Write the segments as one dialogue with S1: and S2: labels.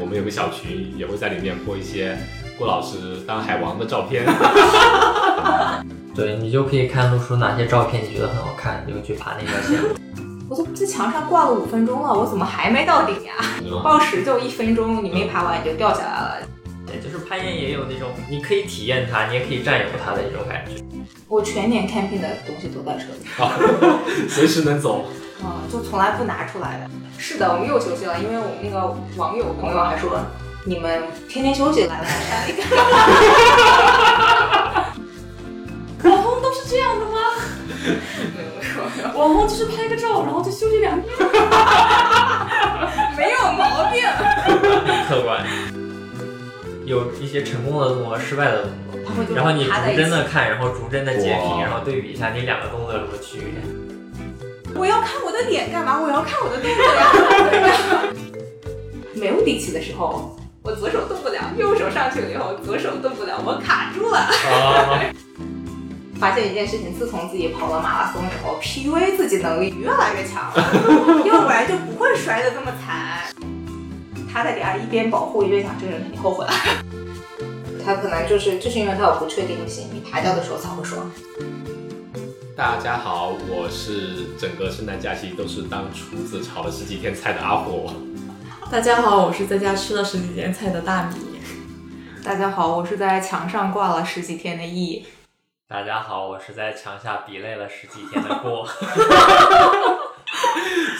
S1: 我们有个小群，也会在里面播一些郭老师当海王的照 片。
S2: 对你就可以看露出哪些照片你觉得很好看，你就去爬那条线。
S3: 我都在墙上挂了五分钟了，我怎么还没到顶呀、报时就一分钟，你没爬完你就掉下来了。
S2: 对，就是攀岩也有那种你可以体验它，你也可以占有它的一种感觉。
S3: 我全年 camping 的东西都在车里，
S2: 哦
S1: 随时能走。
S3: 嗯，就从来不拿出来的。是的，我们又休息了，因为我们那个网友朋友还说，你们天天休息来来山里干嘛？
S4: 网红都是这样的吗？
S3: 没有没有
S4: 网红就是拍个照，然后就休息两天。
S3: 没有毛病。
S2: 客观，有一些成功的路和啊失败的路，
S3: 他会跟
S2: 然后你
S3: 我
S2: 逐
S3: 爬在一
S2: 帧的
S3: 起。
S2: 看，然后逐帧的截屏，
S1: 哇
S2: 然后对比一下你两个动作有什么区别。
S3: 我要看我的脸干嘛？我要看我的动作呀。 没有力气的时候，我左手动不了，右手上去了以后，左手动不了，我卡住了。
S2: 啊，
S3: 发现一件事情，自从自己跑了马拉松以后，PUA 自己能力越来越强了，要不然就不会摔得这么惨。他在底下一边保护一边想，这个人肯定后悔了。他可能就是就是因为他有不确定性，你爬掉的时候才会说，
S1: 大家好，我是整个圣诞假期都是当厨子炒了十几天菜的阿火。
S4: 大家好，我是在家吃了十几年菜的大米。
S3: 大家好，我是在墙上挂了十几天的
S4: E
S3: 翼。
S2: 大家好，我是在墙下比累了十几天的锅。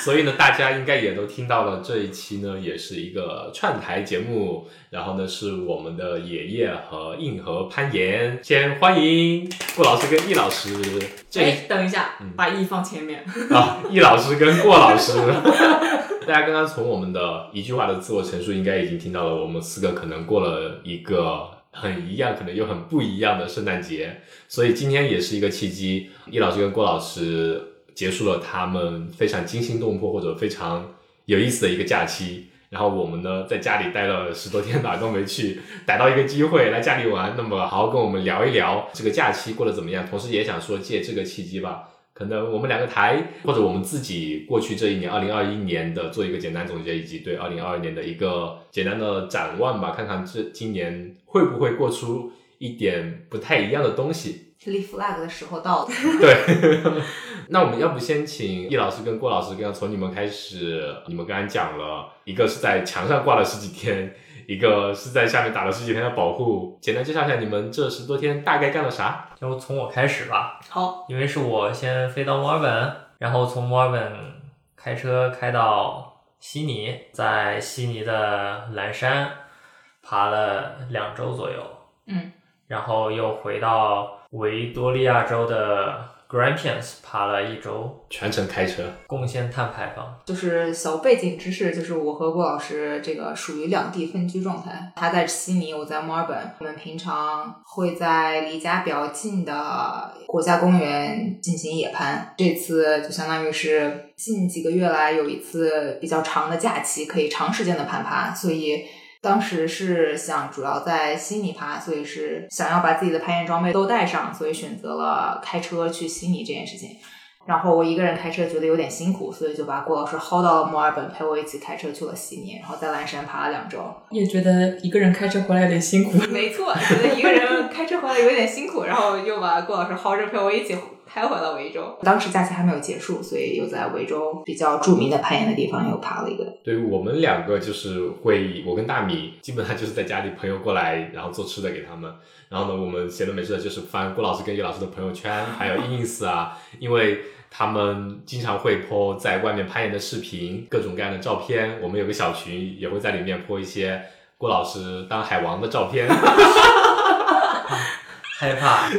S1: 所以呢，大家应该也都听到了，这一期呢也是一个串台节目，然后呢是我们的爷爷和硬核攀岩，先欢迎顾老师跟易老师，这一
S4: 哎，等一下，把 E 放前面。
S1: 啊，易老师跟郭老师。 大家刚刚从我们的一句话的自我陈述，应该已经听到了，我们四个可能过了一个很一样，可能又很不一样的圣诞节。所以今天也是一个契机，易老师跟郭老师结束了他们非常惊心动魄或者非常有意思的一个假期。然后我们呢，在家里待了十多天，哪儿都没去，逮到一个机会来家里玩，那么好好跟我们聊一聊这个假期过得怎么样。同时也想说，借这个契机吧，可能我们两个台或者我们自己过去这一年，二零二一年的做一个简单总结，以及对二零二二年的一个简单的展望吧，看看这今年会不会过出一点不太一样的东西。
S3: 立 flag 的时候 到了，
S1: 对， 那我们要不先请易老师跟郭老师，跟从你们开始，你们刚刚讲了一个是在墙上挂了十几天，一个是在下面打了十几天的保护，简单介绍一下你们这十多天大概干了啥？
S2: 就从我开始吧，
S3: 好，
S2: 因为是我先飞到墨尔本，然后从墨尔本开车开到悉尼，在悉尼的蓝山爬了两周左右，
S3: 嗯，
S2: 然后又回到维多利亚州的 Grampians 爬了一周，
S1: 全程开车，
S2: 贡献碳排放。
S3: 就是小背景知识，就是我和郭老师这个属于两地分居状态，他在悉尼，我在墨尔本。我们平常会在离家比较近的国家公园进行野攀，这次就相当于是近几个月来有一次比较长的假期，可以长时间的攀爬，所以。当时是想主要在悉尼爬，所以是想要把自己的攀岩装备都带上，所以选择了开车去悉尼这件事情。然后我一个人开车觉得有点辛苦，所以就把郭老师薅到了墨尔本，陪我一起开车去了悉尼，然后在蓝山爬了两周。
S4: 也觉得一个人开车回来有点辛苦。
S3: 没错，觉得一个人开车回来有点辛苦，然后又把郭老师薅着陪我一起开回了维州。当时假期还没有结束，所以又在维州比较著名的攀岩的地方又爬了一个。
S1: 对我们两个就是会，我跟大米基本上就是在家里朋友过来，然后做吃的给他们。然后呢，我们闲的没事的就是翻郭老师跟叶老师的朋友圈，还有 ins 啊，因为他们经常会 po 在外面攀岩的视频，各种各样的照片。我们有个小群，也会在里面 po 一些郭老师当海王的照片。
S2: 害怕，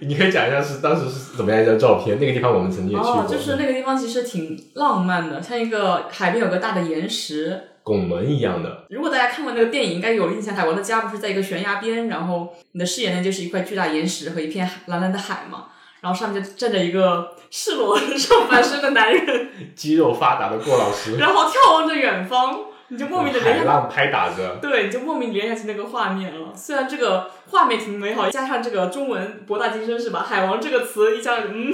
S1: 你可以讲一下是当时是怎么样一张照片？那个地方我们曾经也去过，
S4: 哦，就是那个地方其实挺浪漫的，像一个海边有个大的岩石，
S1: 拱门一样的，
S4: 如果大家看过那个电影，应该有印象。海王的家不是在一个悬崖边，然后你的视野呢就是一块巨大岩石和一片海蓝蓝的海嘛，然后上面就站着一个赤裸上半身的男人，
S1: 肌肉发达的郭老师，
S4: 然后眺望着远方，你就 莫名的
S1: 海
S4: 联想，
S1: 浪拍打着。
S4: 对，你就莫名联想起那个画面了。虽然这个画面挺美好，加上这个中文博大精深是吧？海王这个词一下，嗯，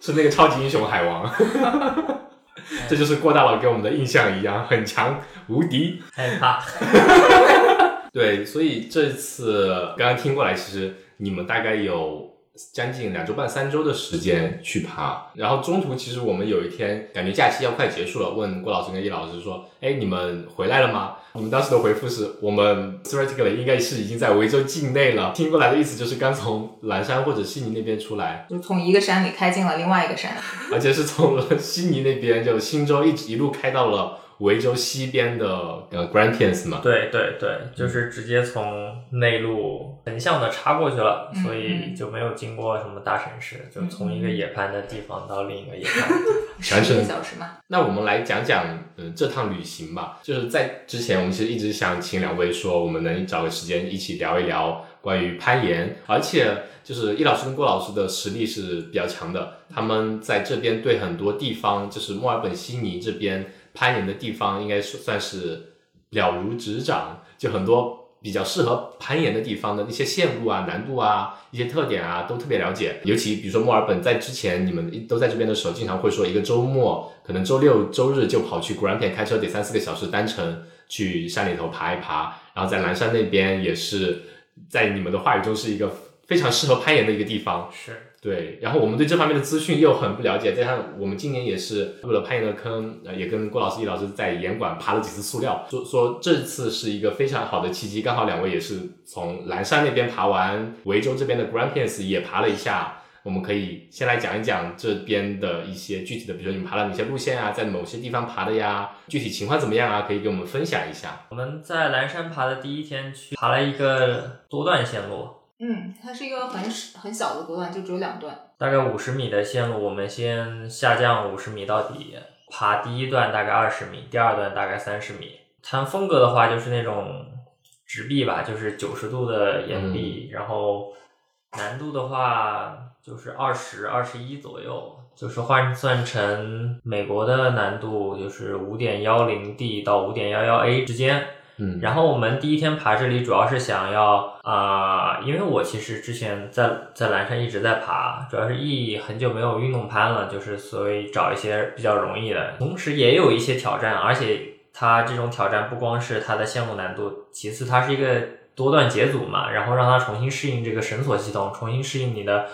S1: 是那个超级英雄海王。这就是郭大佬给我们的印象一样，很强无敌。
S2: 害 怕。
S1: 对，所以这次刚刚听过来，其实你们大概有将近两周半、三周的时间去爬，然后中途其实我们有一天感觉假期要快结束了，问郭老师跟叶老师说：“哎，你们回来了吗？”你们当时的回复是我们 theoretically 应该是已经在维州境内了。听过来的意思就是刚从蓝山或者悉尼那边出来，
S3: 就从一个山里开进了另外一个山。
S1: 而且是从了悉尼那边就新州一直一路开到了维州西边的呃 Grampians 嘛。
S2: 对对对，就是直接从内陆横向的插过去了，
S3: 嗯
S2: 所以就没有经过什么大城市，就从一个野攀的地方到另一个野攀的地方。
S3: 十
S1: 全
S3: 一个
S1: 程
S3: 小时嘛，
S1: 那我们来讲讲，嗯、这趟旅行吧。就是在之前，我们其实一直想请两位说，我们能找个时间一起聊一聊关于攀岩，而且就是易老师跟郭老师的实力是比较强的，他们在这边对很多地方，就是墨尔本、悉尼这边攀岩的地方，应该是算是了如指掌，就很多。比较适合攀岩的地方的一些线路啊、难度啊、一些特点啊，都特别了解。尤其比如说墨尔本，在之前你们一都在这边的时候，经常会说一个周末，可能周六周日就跑去 g r a n d 开车得三四个小时单程去山里头爬一爬。然后在蓝山那边也是，在你们的话语中是一个非常适合攀岩的一个地方。
S2: 是，
S1: 对，然后我们对这方面的资讯又很不了解，加上我们今年也是为了攀岩的坑，呃，也跟郭老师、易老师在岩馆爬了几次塑料，说说这次是一个非常好的契机，刚好两位也是从蓝山那边爬完，维州这边的 Grampians 也爬了一下，我们可以先来讲一讲这边的一些具体的，比如说你们爬了哪些路线啊，在某些地方爬的呀，具体情况怎么样啊，可以给我们分享一下。
S2: 我们在蓝山爬的第一天去爬了一个多段线路，
S3: 嗯，它是一个很很小的隔断，就只有两段。
S2: 大概五十米的线路，我们先下降五十米到底，爬第一段大概二十米，第二段大概三十米。谈风格的话，就是那种直壁吧，就是九十度的岩壁，然后难度的话就是二十二十一左右，就是换算成美国的难度就是五点幺零 D 到五点幺幺 A 之间。
S1: 嗯
S2: 然后我们第一天爬这里，主要是想要啊、因为我其实之前在在蓝山一直在爬，主要是 E 很久没有运动攀了，就是所以找一些比较容易的，同时也有一些挑战，而且它这种挑战不光是它的项目难度，其次它是一个多段解组嘛，然后让它重新适应这个绳索系统，重新适应你的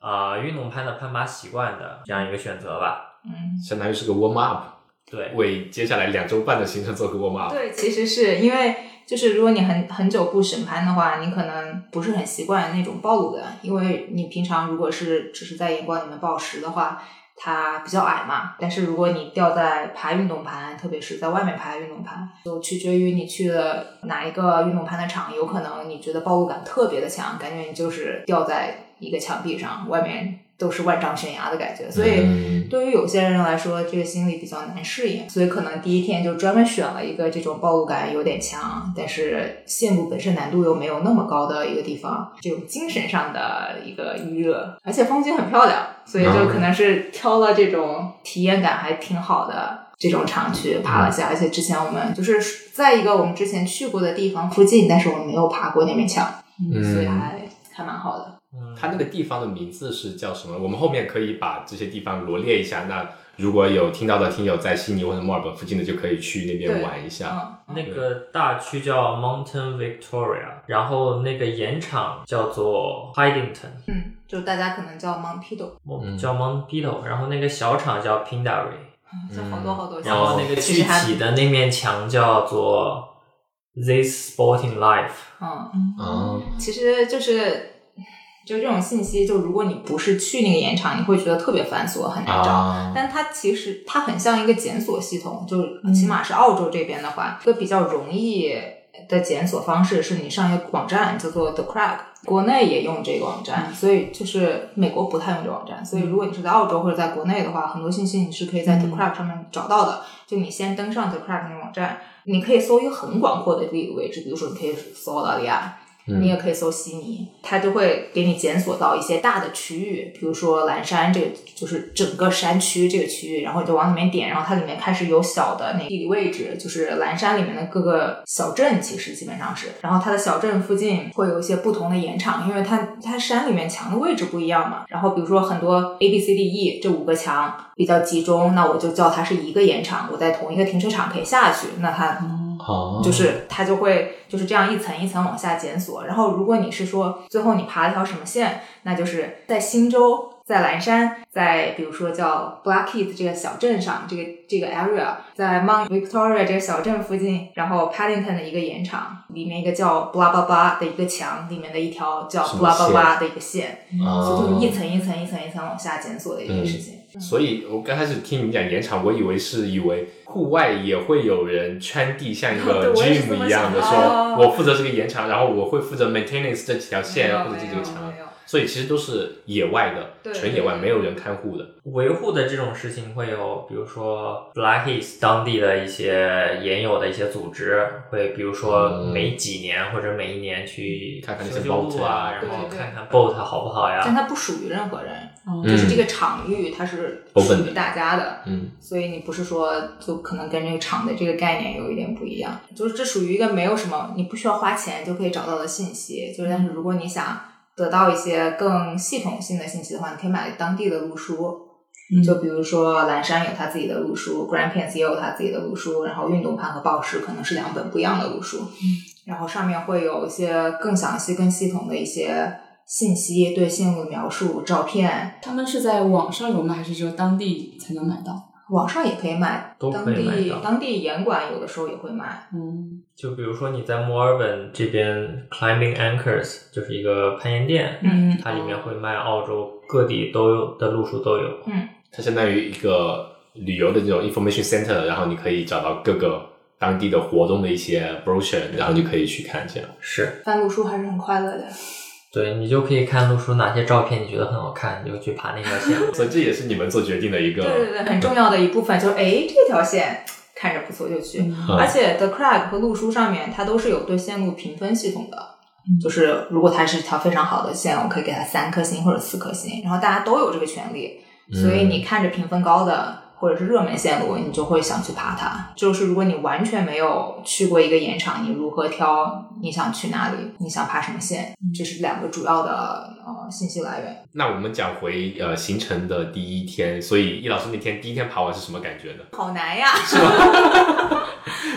S2: 啊、运动攀的攀爬习惯的这样一个选择吧。
S3: 嗯，
S1: 相当于是个 warm up，
S2: 对，
S1: 为接下来两周半的行程做个 warm up。
S3: 对，其实是因为就是如果你很很久不审判的话，你可能不是很习惯那种暴露的，因为你平常如果是只是在荧光里面暴食的话。它比较矮嘛，但是如果你掉在爬运动盘，特别是在外面爬运动盘，就取决于你去了哪一个运动盘的场，有可能你觉得暴露感特别的强，感觉你就是掉在一个墙壁上，外面都是万丈悬崖的感觉，所以
S1: 嗯
S3: 对于有些人来说，这个心理比较难适应，所以可能第一天就专门选了一个这种暴露感有点强，但是线路本身难度又没有那么高的一个地方，这种精神上的一个娱乐，而且风景很漂亮，所以就可能是挑了这种体验感还挺好的。这种场去爬了一下，而且之前我们就是在一个我们之前去过的地方附近，但是我们没有爬过那面墙，
S1: 嗯
S3: 所以还还蛮好的。
S2: 嗯
S1: 它那个地方的名字是叫什么？我们后面可以把这些地方罗列一下。那如果有听到的听友在悉尼或者墨尔本附近的，就可以去那边
S3: 对
S1: 玩一下。
S3: 嗯，嗯
S2: 那个大区叫 Mountain Victoria，然后那个盐场叫做 Hidington，
S3: 嗯，就大家可能叫 Montpido，
S1: 嗯
S2: 叫 Mount Pito，然后那个小场叫 Pindari，
S3: 就好多好多
S2: 嗯
S3: 项
S2: 然
S3: 目。
S2: 后那个
S3: 其
S2: 具
S3: 实还
S2: 体的那面墙叫做 This Sporting Life。
S3: 嗯，
S1: 哦，
S3: 其实就是就这种信息，就如果你不是去那个盐场，你会觉得特别繁琐，很
S4: 嗯
S3: 难找。
S1: 啊，
S3: 但它其实它很像一个检索系统，就起码是澳洲这边的话，一个比较容易的检索方式是你上一个网站叫做 The Crag，国内也用这个网站，所以就是美国不太用这个网站，所以如果你是在澳洲或者在国内的话，很多信息你是可以在 The
S4: 嗯
S3: Crag 上面找到的。就你先登上 The Crag 那个网站，你可以搜一个很广阔的地理位置，比如说你可以搜澳大利亚，
S1: 嗯
S3: 你也可以搜悉尼，它就会给你检索到一些大的区域，比如说蓝山这个就是整个山区这个区域，然后你就往里面点，然后它里面开始有小的那个地理位置，就是蓝山里面的各个小镇，其实基本上是，然后它的小镇附近会有一些不同的盐场，因为它它山里面墙的位置不一样嘛，然后比如说很多 A B C D E 这五个墙比较集中，那我就叫它是一个盐场，我在同一个停车场可以下去，那它
S1: 哦，
S3: 就是它就会就是这样一层一层往下检索。然后如果你是说最后你爬了条什么线，那就是在新州。在蓝山，在比如说叫 Blackheath 这个小镇上，这个这个 area，在 Mount Victoria 这个小镇附近，然后 Paddington 的一个盐场里面一个叫 blah blah blah 的一个墙里面的一条叫
S1: 什么
S3: blah
S1: 线
S3: blah blah 的一个线，所以
S1: 哦嗯
S3: 就是一层一层一层一层往下检索的一件事情。
S1: 啊
S3: 嗯
S1: 所以我刚开始听你讲延长，我以为是以为户外也会有人圈地，像一
S4: 对
S1: 个
S4: 我也是这
S1: gym
S4: 么
S1: 一样的，
S4: 想的
S1: 说
S4: 哦
S1: 我负责这个延长，然后我会负责 maintenance 这几条
S4: 没
S1: 线
S4: 有
S1: 或者这几个
S4: 没有
S1: 墙
S4: 没有，
S1: 所以其实都是野外的，
S4: 哦对
S1: 纯野外，
S4: 对
S1: 没有人看护的。
S2: 维护的这种事情会有，比如说 Black Hills 当地的一些原有的一些组织，会比如说
S1: 嗯
S2: 每几年或者每一年去
S1: 看看那
S2: 修
S1: 些
S2: 修路
S1: boat 啊
S2: 啊，然后
S4: 对对
S2: 看看 boat 好不好呀？
S3: 但它不属于任何人，
S4: 嗯
S3: 就是这
S1: 嗯
S3: 个场域它是
S1: Open
S3: 属于
S1: 的
S3: 大家的。
S1: 嗯，
S3: 所以你不是说就可能跟这个厂的这个概念有一点不一样，就是这属于一个没有什么你不需要花钱就可以找到的信息，就是但是如果你想得到一些更系统性的信息的话，你可以买当地的路书，
S4: 嗯
S3: 就比如说蓝山有他自己的路书，Grampians 也有他自己的路书，然后运动盘和报时可能是两本不一样的路书，然后上面会有一些更详细、更系统的一些信息，对线路描述、照片，
S4: 他们是在网上有卖，还是只有当地才能买到？
S3: 网上也可以买，
S2: 都
S3: 当
S2: 可以买
S3: 地
S2: 到
S3: 当地严管有的时候也会卖。
S4: 嗯，
S2: 就比如说你在墨尔本这边 Climbing Anchors 就是一个攀岩店，
S3: 嗯
S2: 它里面会卖澳洲各地都有的路数都有。
S1: 它相当于一个旅游的这种 information center，然后你可以找到各个当地的活动的一些 brochure，然后你可以去看这样。
S2: 是，
S3: 翻路书还是很快乐的。
S2: 对你就可以看路书哪些照片你觉得很好看，你就去爬那条线。
S1: 所以这也是你们做决定的一个，
S3: 对，很重要的一部分就是，哎，这条线看着不错就去。
S4: 嗯
S3: 而且 The Crag 和路书上面它都是有对线路评分系统的
S4: 嗯，
S3: 就是如果它是一条非常好的线，我可以给它三颗星或者四颗星，然后大家都有这个权利，
S4: 嗯
S3: 所以你看着评分高的。或者是热门线路，你就会想去爬它。就是如果你完全没有去过一个盐场，你如何挑你想去哪里，你想爬什么线，
S4: 嗯
S3: 这是两个主要的呃信息来源。
S1: 那我们讲回呃行程的第一天，所以易老师那天第一天爬完是什么感觉呢？
S3: 好难呀！
S1: 是吗？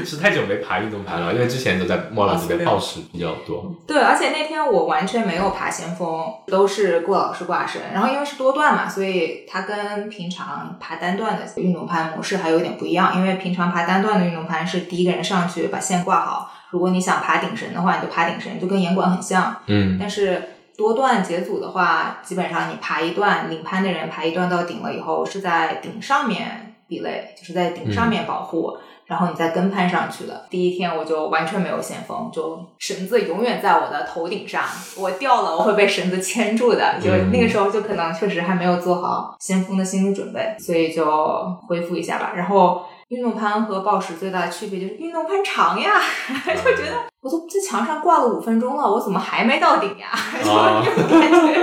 S1: 是太久没爬运动盘了，因为之前都在莫老师那边
S4: 啊
S1: 暴食比较 多。
S3: 对，而且那天我完全没有爬先锋，都是郭老师挂绳。然后因为是多段嘛，所以它跟平常爬单段的运动攀模式还有点不一样。因为平常爬单段的运动攀是第一个人上去把线挂好，如果你想爬顶绳的话，你就爬顶绳，就跟岩管很像。
S1: 嗯，
S3: 但是多段解组的话，基本上你爬一段，领攀的人爬一段到顶了以后，是在顶上面比类，就是在顶上面保护，然后你再跟攀上去的。第一天我就完全没有先锋，就绳子永远在我的头顶上，我掉了我会被绳子牵住的。就
S1: 嗯
S3: 那个时候就可能确实还没有做好先锋的心理准备，所以就恢复一下吧。然后。运动攀和暴食最大的区别就是运动攀长呀，就觉得我都在墙上挂了五分钟了，我怎么还没到顶呀？ 就
S1: 啊
S3: 这种感觉。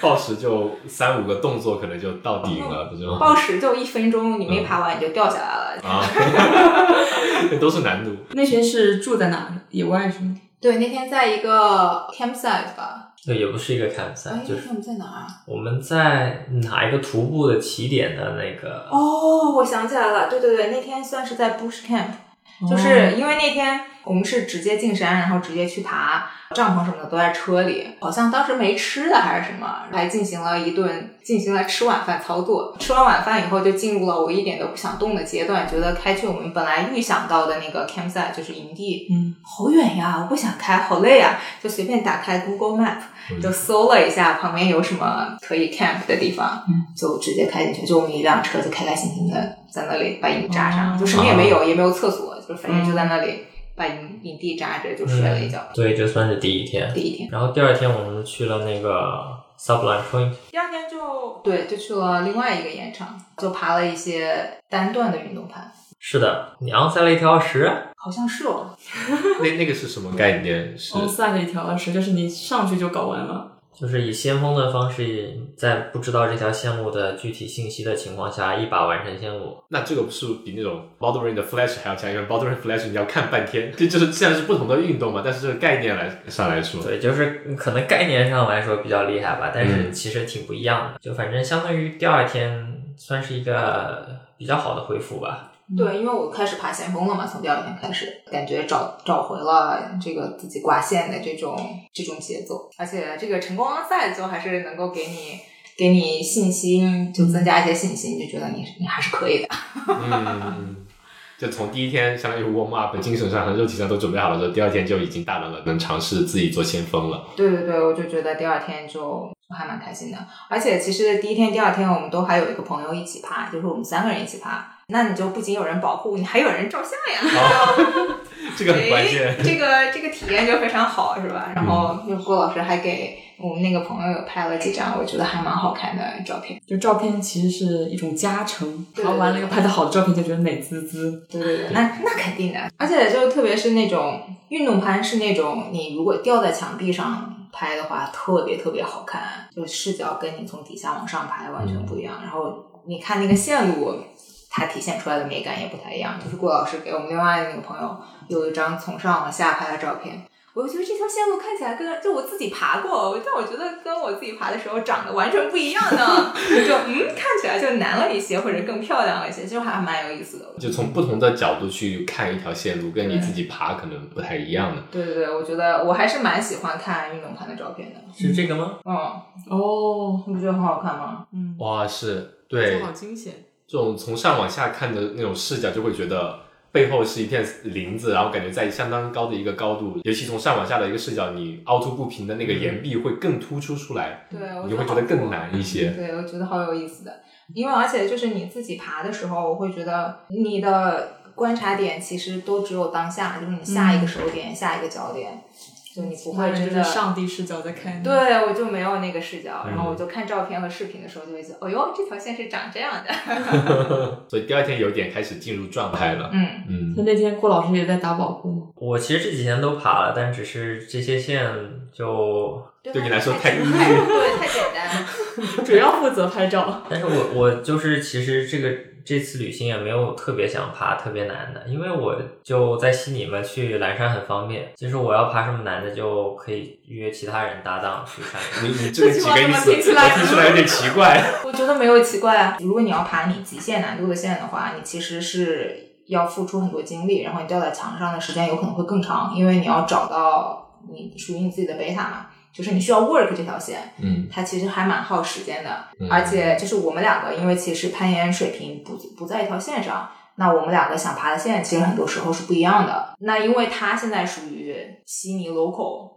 S1: 暴食就三五个动作可能就到顶了，这种
S3: 报时就一分钟，你没爬完你就掉下来了。
S1: 啊， 都是难度。
S4: 那天是住在哪？野外是吗？
S3: 对，那天在一个 campsite 吧，
S2: 对，也不是一个
S3: 哎
S2: campsite，，就
S3: 那
S2: 是
S3: 天我们在哪儿啊？
S2: 我们在哪一个徒步的起点的那个，
S3: 哦，我想起来了，对对对，那天算是在 bush camp，就是
S4: 哦
S3: 因为那天我们是直接进山，然后直接去爬，帐篷什么的都在车里，好像当时没吃的还是什么，还进行了一顿进行了吃晚饭操作。吃完晚饭以后，就进入了我一点都不想动的阶段，觉得开去我们本来预想到的那个 campsite 就是营地，
S4: 嗯，
S3: 好远呀，我不想开，好累呀，就随便打开 Google
S4: 嗯
S3: Map 就搜了一下旁边有什么可以 camp 的地方，
S4: 嗯
S3: 就直接开进去，就我们一辆车就开开心心的在那里把营扎上，
S4: 哦
S3: 就什么也没有，也没有厕所，就反正就在那里把营营地扎着就睡了一觉。
S2: 嗯对，这算是第一天。
S3: 第一天，
S2: 然后第二天我们去了那个 Sublime Point，
S3: 第二天就对，就去了另外一个盐场，就爬了一些单段的运动盘。
S2: 是的，你昂塞了一条石，啊
S3: 好像是哦，
S1: 那那个是什么概念？是
S4: 我们赛嗯了一条二十，就是你上去就搞完了。
S2: 就是以先锋的方式，在不知道这条线路的具体信息的情况下，一把完成线路。
S1: 那这个是不是比那种 Bouldering 的 Flash 还要强，因为 Bouldering Flash 你要看半天， 这就是虽然是不同的运动嘛，但是这个概念来上来说，
S2: 对，就是可能概念上来说比较厉害吧，但是
S1: 嗯
S2: 其实挺不一样的。就反正相当于第二天算是一个比较好的恢复吧。
S3: 对，因为我开始爬先锋了嘛，从第二天开始，感觉找找回了这个自己挂线的这种这种节奏，而且这个晨光赛就还是能够给你给你信心，就增加一些信心，就觉得你你还是可以的。
S1: 嗯， 就从第一天相当于 warm up，精神上和肉体上都准备好了之后，第二天就已经大胆的能尝试自己做先锋了。
S3: 对对对，我就觉得第二天就还蛮开心的，而且其实第一天、第二天我们都还有一个朋友一起爬，就是我们三个人一起爬。那你就不仅有人保护，你还有人照相呀。
S1: 哦这个很关键嗯
S3: 哎。这个这个体验就非常好，是吧？然后就郭老师还给我们那个朋友有拍了几张，我觉得还蛮好看的照片。
S4: 就照片其实是一种加成，
S3: 对
S4: 然后完了又拍的好的照片，就觉得美滋滋。
S3: 对对对，那那肯定的。而且就特别是那种运动攀，是那种你如果吊在墙壁上拍的话，特别特别好看，就视角跟你从底下往上拍完全不一样。然后你看那个线路。它体现出来的美感也不太一样，就是郭老师给我们另外的那个朋友有一张从上往下拍的照片，我就觉得这条线路看起来跟就我自己爬过，但我觉得跟我自己爬的时候长得完全不一样呢， 就嗯看起来就难了一些，或者更漂亮了一些，就还蛮有意思的。
S1: 就从不同的角度去看一条线路，跟你自己爬可能不太一样的。
S3: 对对对，我觉得我还是蛮喜欢看运动盘的照片的。
S2: 是这个吗？
S3: 嗯，
S4: 哦，
S3: 你不觉得很好看吗？
S4: 嗯，
S1: 哇，是对
S4: 这好惊险。
S1: 这种从上往下看的那种视角，就会觉得背后是一片林子，然后感觉在相当高的一个高度，尤其从上往下的一个视角，你凹凸不平的那个岩壁会更突出出来，
S3: 对，我
S1: 你会觉得更。难一些。
S3: 对，我觉得好有意思的，因为而且就是你自己爬的时候，我会觉得你的观察点其实都只有当下，就是你下一个手点，下一个脚点，嗯就你不会
S4: 那
S3: 真
S4: 就
S3: 的
S4: 是上帝视角在看你。
S3: 对，我就没有那个视角，然后我
S1: 嗯
S3: 就看照片和视频的时候就会觉得，哦呦，这条线是长这样的。
S1: 所以第二天有点开始进入状态了。
S3: 嗯，
S1: 嗯
S4: 那，那天郭老师也在打保护吗？
S2: 我其实这几天都爬了，但只是这些线就
S1: 对你来说太
S3: 太
S1: 易
S3: 对，太简单。
S4: 主要负责拍照。
S2: 但是我我就是其实这个这次旅行也没有特别想爬特别难的，因为我就在悉尼嘛，去蓝山很方便。就是我要爬什么难的，就可以约其他人搭档去看。
S1: 你你这个几个意思，
S3: 这句话怎么听起来
S1: 我听起来有点奇怪。
S3: 我觉得没有奇怪啊。如果你要爬你极限难度的线的话，你其实是要付出很多精力，然后你吊在墙上的时间有可能会更长，因为你要找到你属于你自己的贝塔嘛，就是你需要 work 这条线，
S1: 嗯，
S3: 它其实还蛮耗时间的。
S1: 嗯
S3: 而且就是我们两个，因为其实攀岩水平不不在一条线上，那我们两个想爬的线其实很多时候是不一样的。那因为他现在属于悉尼 local，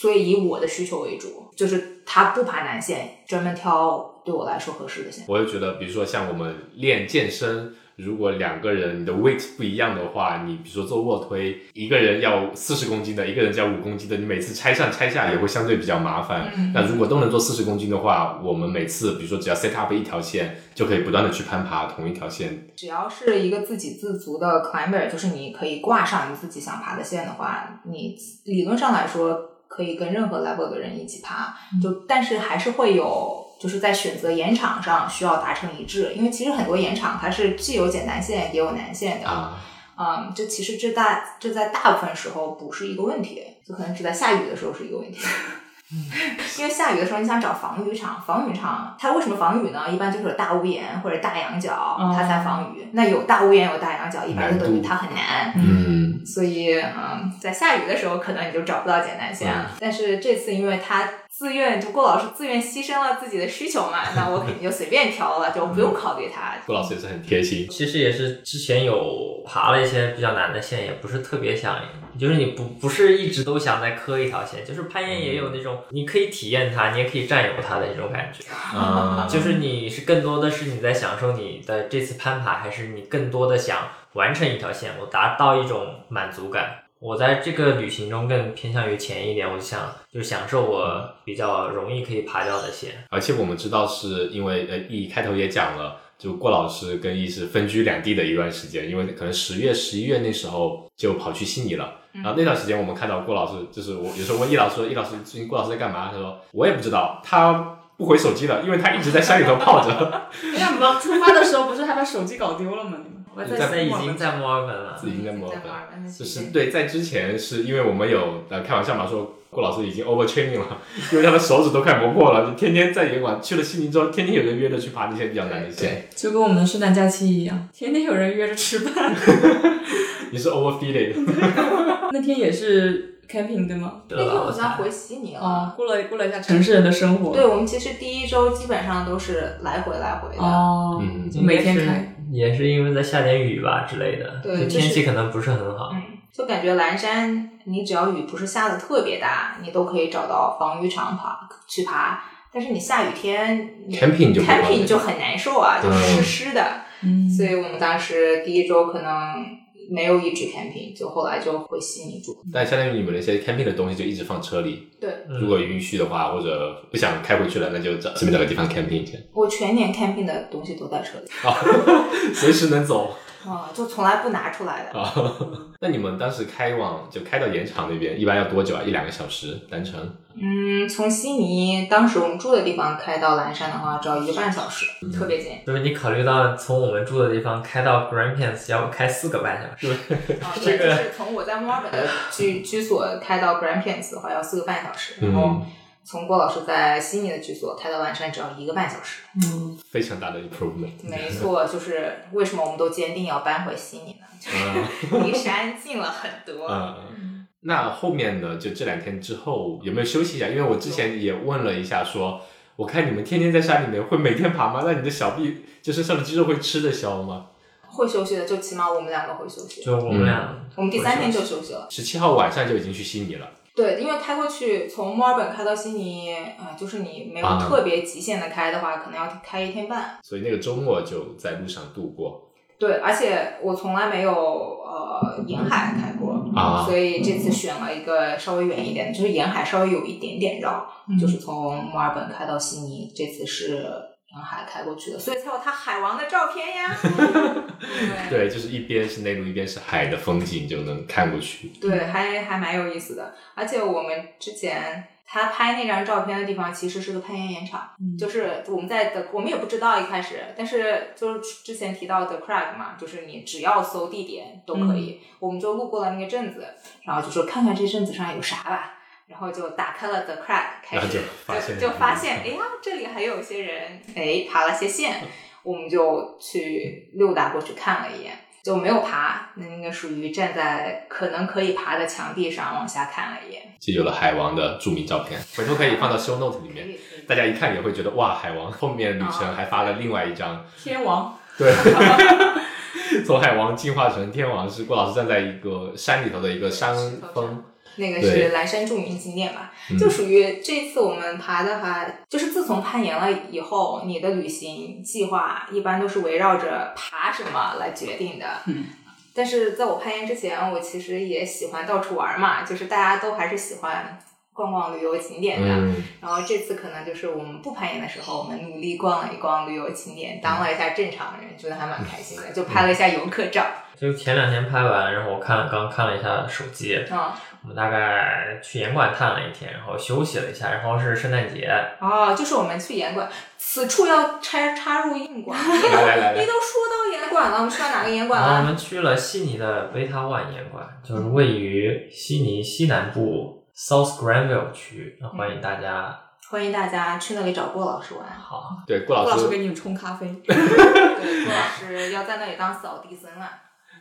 S3: 所以以我的需求为主，就是他不爬南线，专门挑对我来说合适的线。
S1: 我就觉得，比如说像我们练健身，如果两个人你的 weight 不一样的话，你比如说做卧推，一个人要四十公斤的，一个人要五公斤的，你每次拆上拆下也会相对比较麻烦。
S3: 嗯
S1: 那如果都能做四十公斤的话，我们每次比如说只要 set up 一条线，就可以不断的去攀爬同一条线。
S3: 只要是一个自给自足的 climber，就是你可以挂上你自己想爬的线的话，你理论上来说可以跟任何 level 的人一起爬，就但是还是会有。就是在选择岩场上需要达成一致，因为其实很多岩场它是既有简单线也有难线的，
S1: 啊，
S3: 嗯，这其实这大这在大部分时候不是一个问题，就可能只在下雨的时候是一个问题。
S1: 嗯
S3: 因为下雨的时候，你想找防雨场，防雨场它为什么防雨呢？一般就是有大屋檐或者大羊角，
S4: 哦
S3: 它才防雨。那有大屋檐有大羊角，一般就等于
S1: 难度
S3: 它很难。
S1: 嗯，
S3: 所以，嗯，在下雨的时候，可能你就找不到简单
S1: 嗯
S3: 线了。但是这次，因为他自愿，就郭老师自愿牺牲了自己的需求嘛，那我肯定就随便挑了，就不
S1: 嗯
S3: 用考虑它。
S1: 顾老师也是很贴心。
S2: 其实也是之前有爬了一些比较难的线，也不是特别想，就是你不不是一直都想再磕一条线，就是攀岩也有那种你可以体验它，你也可以占有它的一种感觉。
S1: 啊
S2: 就是你是更多的是你在享受你的这次攀爬，还是你更多的想完成一条线，我达到一种满足感。我在这个旅行中更偏向于前一点，我就想就是享受我比较容易可以爬掉的线。
S1: ，E 而且我们知道，是因为呃，一开头也讲了，就郭老师跟易师分居两地的一段时间，因为可能十月、十一月那时候就跑去悉尼了。然后那段时间我们看到郭老师，就是我有时候问易 E 老师说：“易老师最近郭老师在干嘛？”他说：“我也不知道，他不回手机了，因为他一直在山里头泡着，
S4: 哎呀，你们出发的时候不是还把手机搞丢了吗？你们我
S1: 在
S2: 现在已
S4: 墨尔
S2: 经
S4: 本
S2: 在墨尔本了
S1: 自。己在墨尔本。”
S3: 本
S1: 就是对，在之前是因为我们有呃开玩笑嘛，说郭老师已经 overtraining 了，因为他的手指都快磨破了，就天天在岩馆去了悉尼之后，天天有人约着去爬那些比较难的线，
S4: 就跟我们的圣诞假期一样，天天有人约着吃饭。
S1: 你是 overfeeding，
S4: 那天也是 camping 对吗？
S2: 对
S3: 那天
S2: 吧
S1: 呃
S3: 好像回悉尼了。
S4: 啊，过了过了一下城市人的生活。
S3: 对，我们其实第一周基本上都是来回来回的。
S4: 哦，
S1: 嗯，
S4: 就每天开。
S2: 也是因为在下点雨吧之类的，
S3: 对
S2: 就
S3: 就是
S2: 天气可能不是很好。
S3: 嗯，就感觉蓝山，你只要雨不是下的特别大，你都可以找到防雨场爬去爬。但是你下雨天你
S1: Camping 就不方
S3: camping
S1: 便
S3: 就很难受啊，就湿
S1: 嗯
S3: 湿的。
S4: 嗯，
S3: 所以我们当时第一周可能没有一直 camping，就后来就回悉尼住。
S1: 但相当于你们那些 camping 的东西就一直放车里，
S3: 对
S2: 嗯
S1: 如果允许的话，或者不想开回去了，那就找随便找个地方 camping 去，
S3: 我全年 camping 的东西都在车里，
S1: 啊， 随时能走
S3: 啊、就从来不拿出来的。
S1: 啊。那你们当时开往就开到盐场那边，一般要多久啊？一两个小时单程？
S3: 嗯，从悉尼当时我们住的地方开到蓝山的话，只要一个半小时，特别 近。
S2: 就是你考虑到从我们住的地方开到 Grampians 要开四个半小时，
S3: 啊，
S2: 这
S3: 对，
S2: 个
S3: 就是从我在墨尔本的居居所开到 Grampians 的话要四个半小时，然后
S1: 嗯
S3: 从郭老师在悉尼的居所开到蓝山只要一个半小时。
S4: 嗯，
S1: 非常大的 improvement。
S3: 没错，就是为什么我们都坚定要搬回悉尼呢？
S1: 嗯
S3: 就是离山近了很多。
S1: 嗯，那后面呢？就这两天之后有没有休息一下？因为我之前也问了一下说，我看你们天天在山里面会每天爬吗？那你的小臂就身上的肌肉会吃得消吗？
S3: 会休息的，就起码我们两个会休息。
S2: 就我们俩，
S3: 我们第三天就休息了。
S1: 十七号晚上就已经去悉尼了，
S3: 对，因为开过去从墨尔本开到悉尼，啊、就是你没有
S1: 啊
S3: 特别极限的开的话，可能要开一天半。
S1: 所以那个周末就在路上度过。
S3: 对，而且我从来没有呃沿海开过
S1: 啊
S3: 所以这次选了一个稍微远一点的，就是沿海稍微有一点点绕，就是从墨尔本开到悉尼，这次是沿海开过去的，所以才有他海王的照片呀。对
S1: 对，就是一边是内陆，一边是海的风景，就能看过去。
S3: 对，还还蛮有意思的，而且我们之前。他拍那张照片的地方其实是个攀岩岩场，
S4: 嗯
S3: 就是我们在的，我们也不知道一开始，但是就是之前提到的 Crag 嘛，就是你只要搜地点都可
S1: 嗯
S3: 以，我们就路过了那个镇子，然后就说看看这镇子上有啥吧，然后就打开了 The Crag，开
S1: 然后
S3: 始
S1: 就发现
S3: 就就发现，哎呀，这里还有一些人，哎，爬了些
S1: 嗯
S3: 线，我们就去溜达过去看了一眼，就没有爬，那个属于站在可能可以爬的墙壁上往下看了一眼，
S1: 就有了海王的著名照片，回头可以放到 show note 里
S3: 可
S1: 面，
S3: 以可以
S1: 大家一看也会觉得哇，海王后面旅程还发了另外一张
S4: 天王，
S1: 对， 从海王进化成天王是郭老师站在一个山里头的一个山峰，
S3: 那个
S1: 对
S3: 是蓝山著名景点吧，
S1: 嗯
S3: 就属于这次我们爬的话，就是自从攀岩了以后，你的旅行计划一般都是围绕着爬什么来决定的。
S4: 嗯
S3: 但是在我攀岩之前，我其实也喜欢到处玩嘛，就是大家都还是喜欢逛逛旅游景点的。
S1: 嗯，
S3: 然后这次可能就是我们不攀岩的时候，我们努力逛了一逛旅游景点，当了一下正常人，觉得还蛮开心的，就拍了一下游客照。
S2: 就前两天拍完，然后我看刚看了一下手机，
S3: 嗯，
S2: 我们大概去严管探了一天，然后休息了一下，然后是圣诞节，
S3: 哦，就是我们去岩馆，此处要插插入硬广。
S1: 来来来
S3: 你
S1: 来，
S3: 都说到岩馆了，我们去到哪个啊岩馆
S2: 然后我
S3: 了？
S2: 们去了悉尼的贝塔万岩馆，就是位于悉尼西南部 South Granville 区，那欢迎大家。
S3: 欢迎大家去那里找郭老师 玩。
S2: 嗯好，
S1: 对， 郭
S4: 郭
S1: 老
S4: 老师
S1: 师，
S4: 给你们冲咖 啡。
S3: 对，郭老师要在那里当扫地僧啊。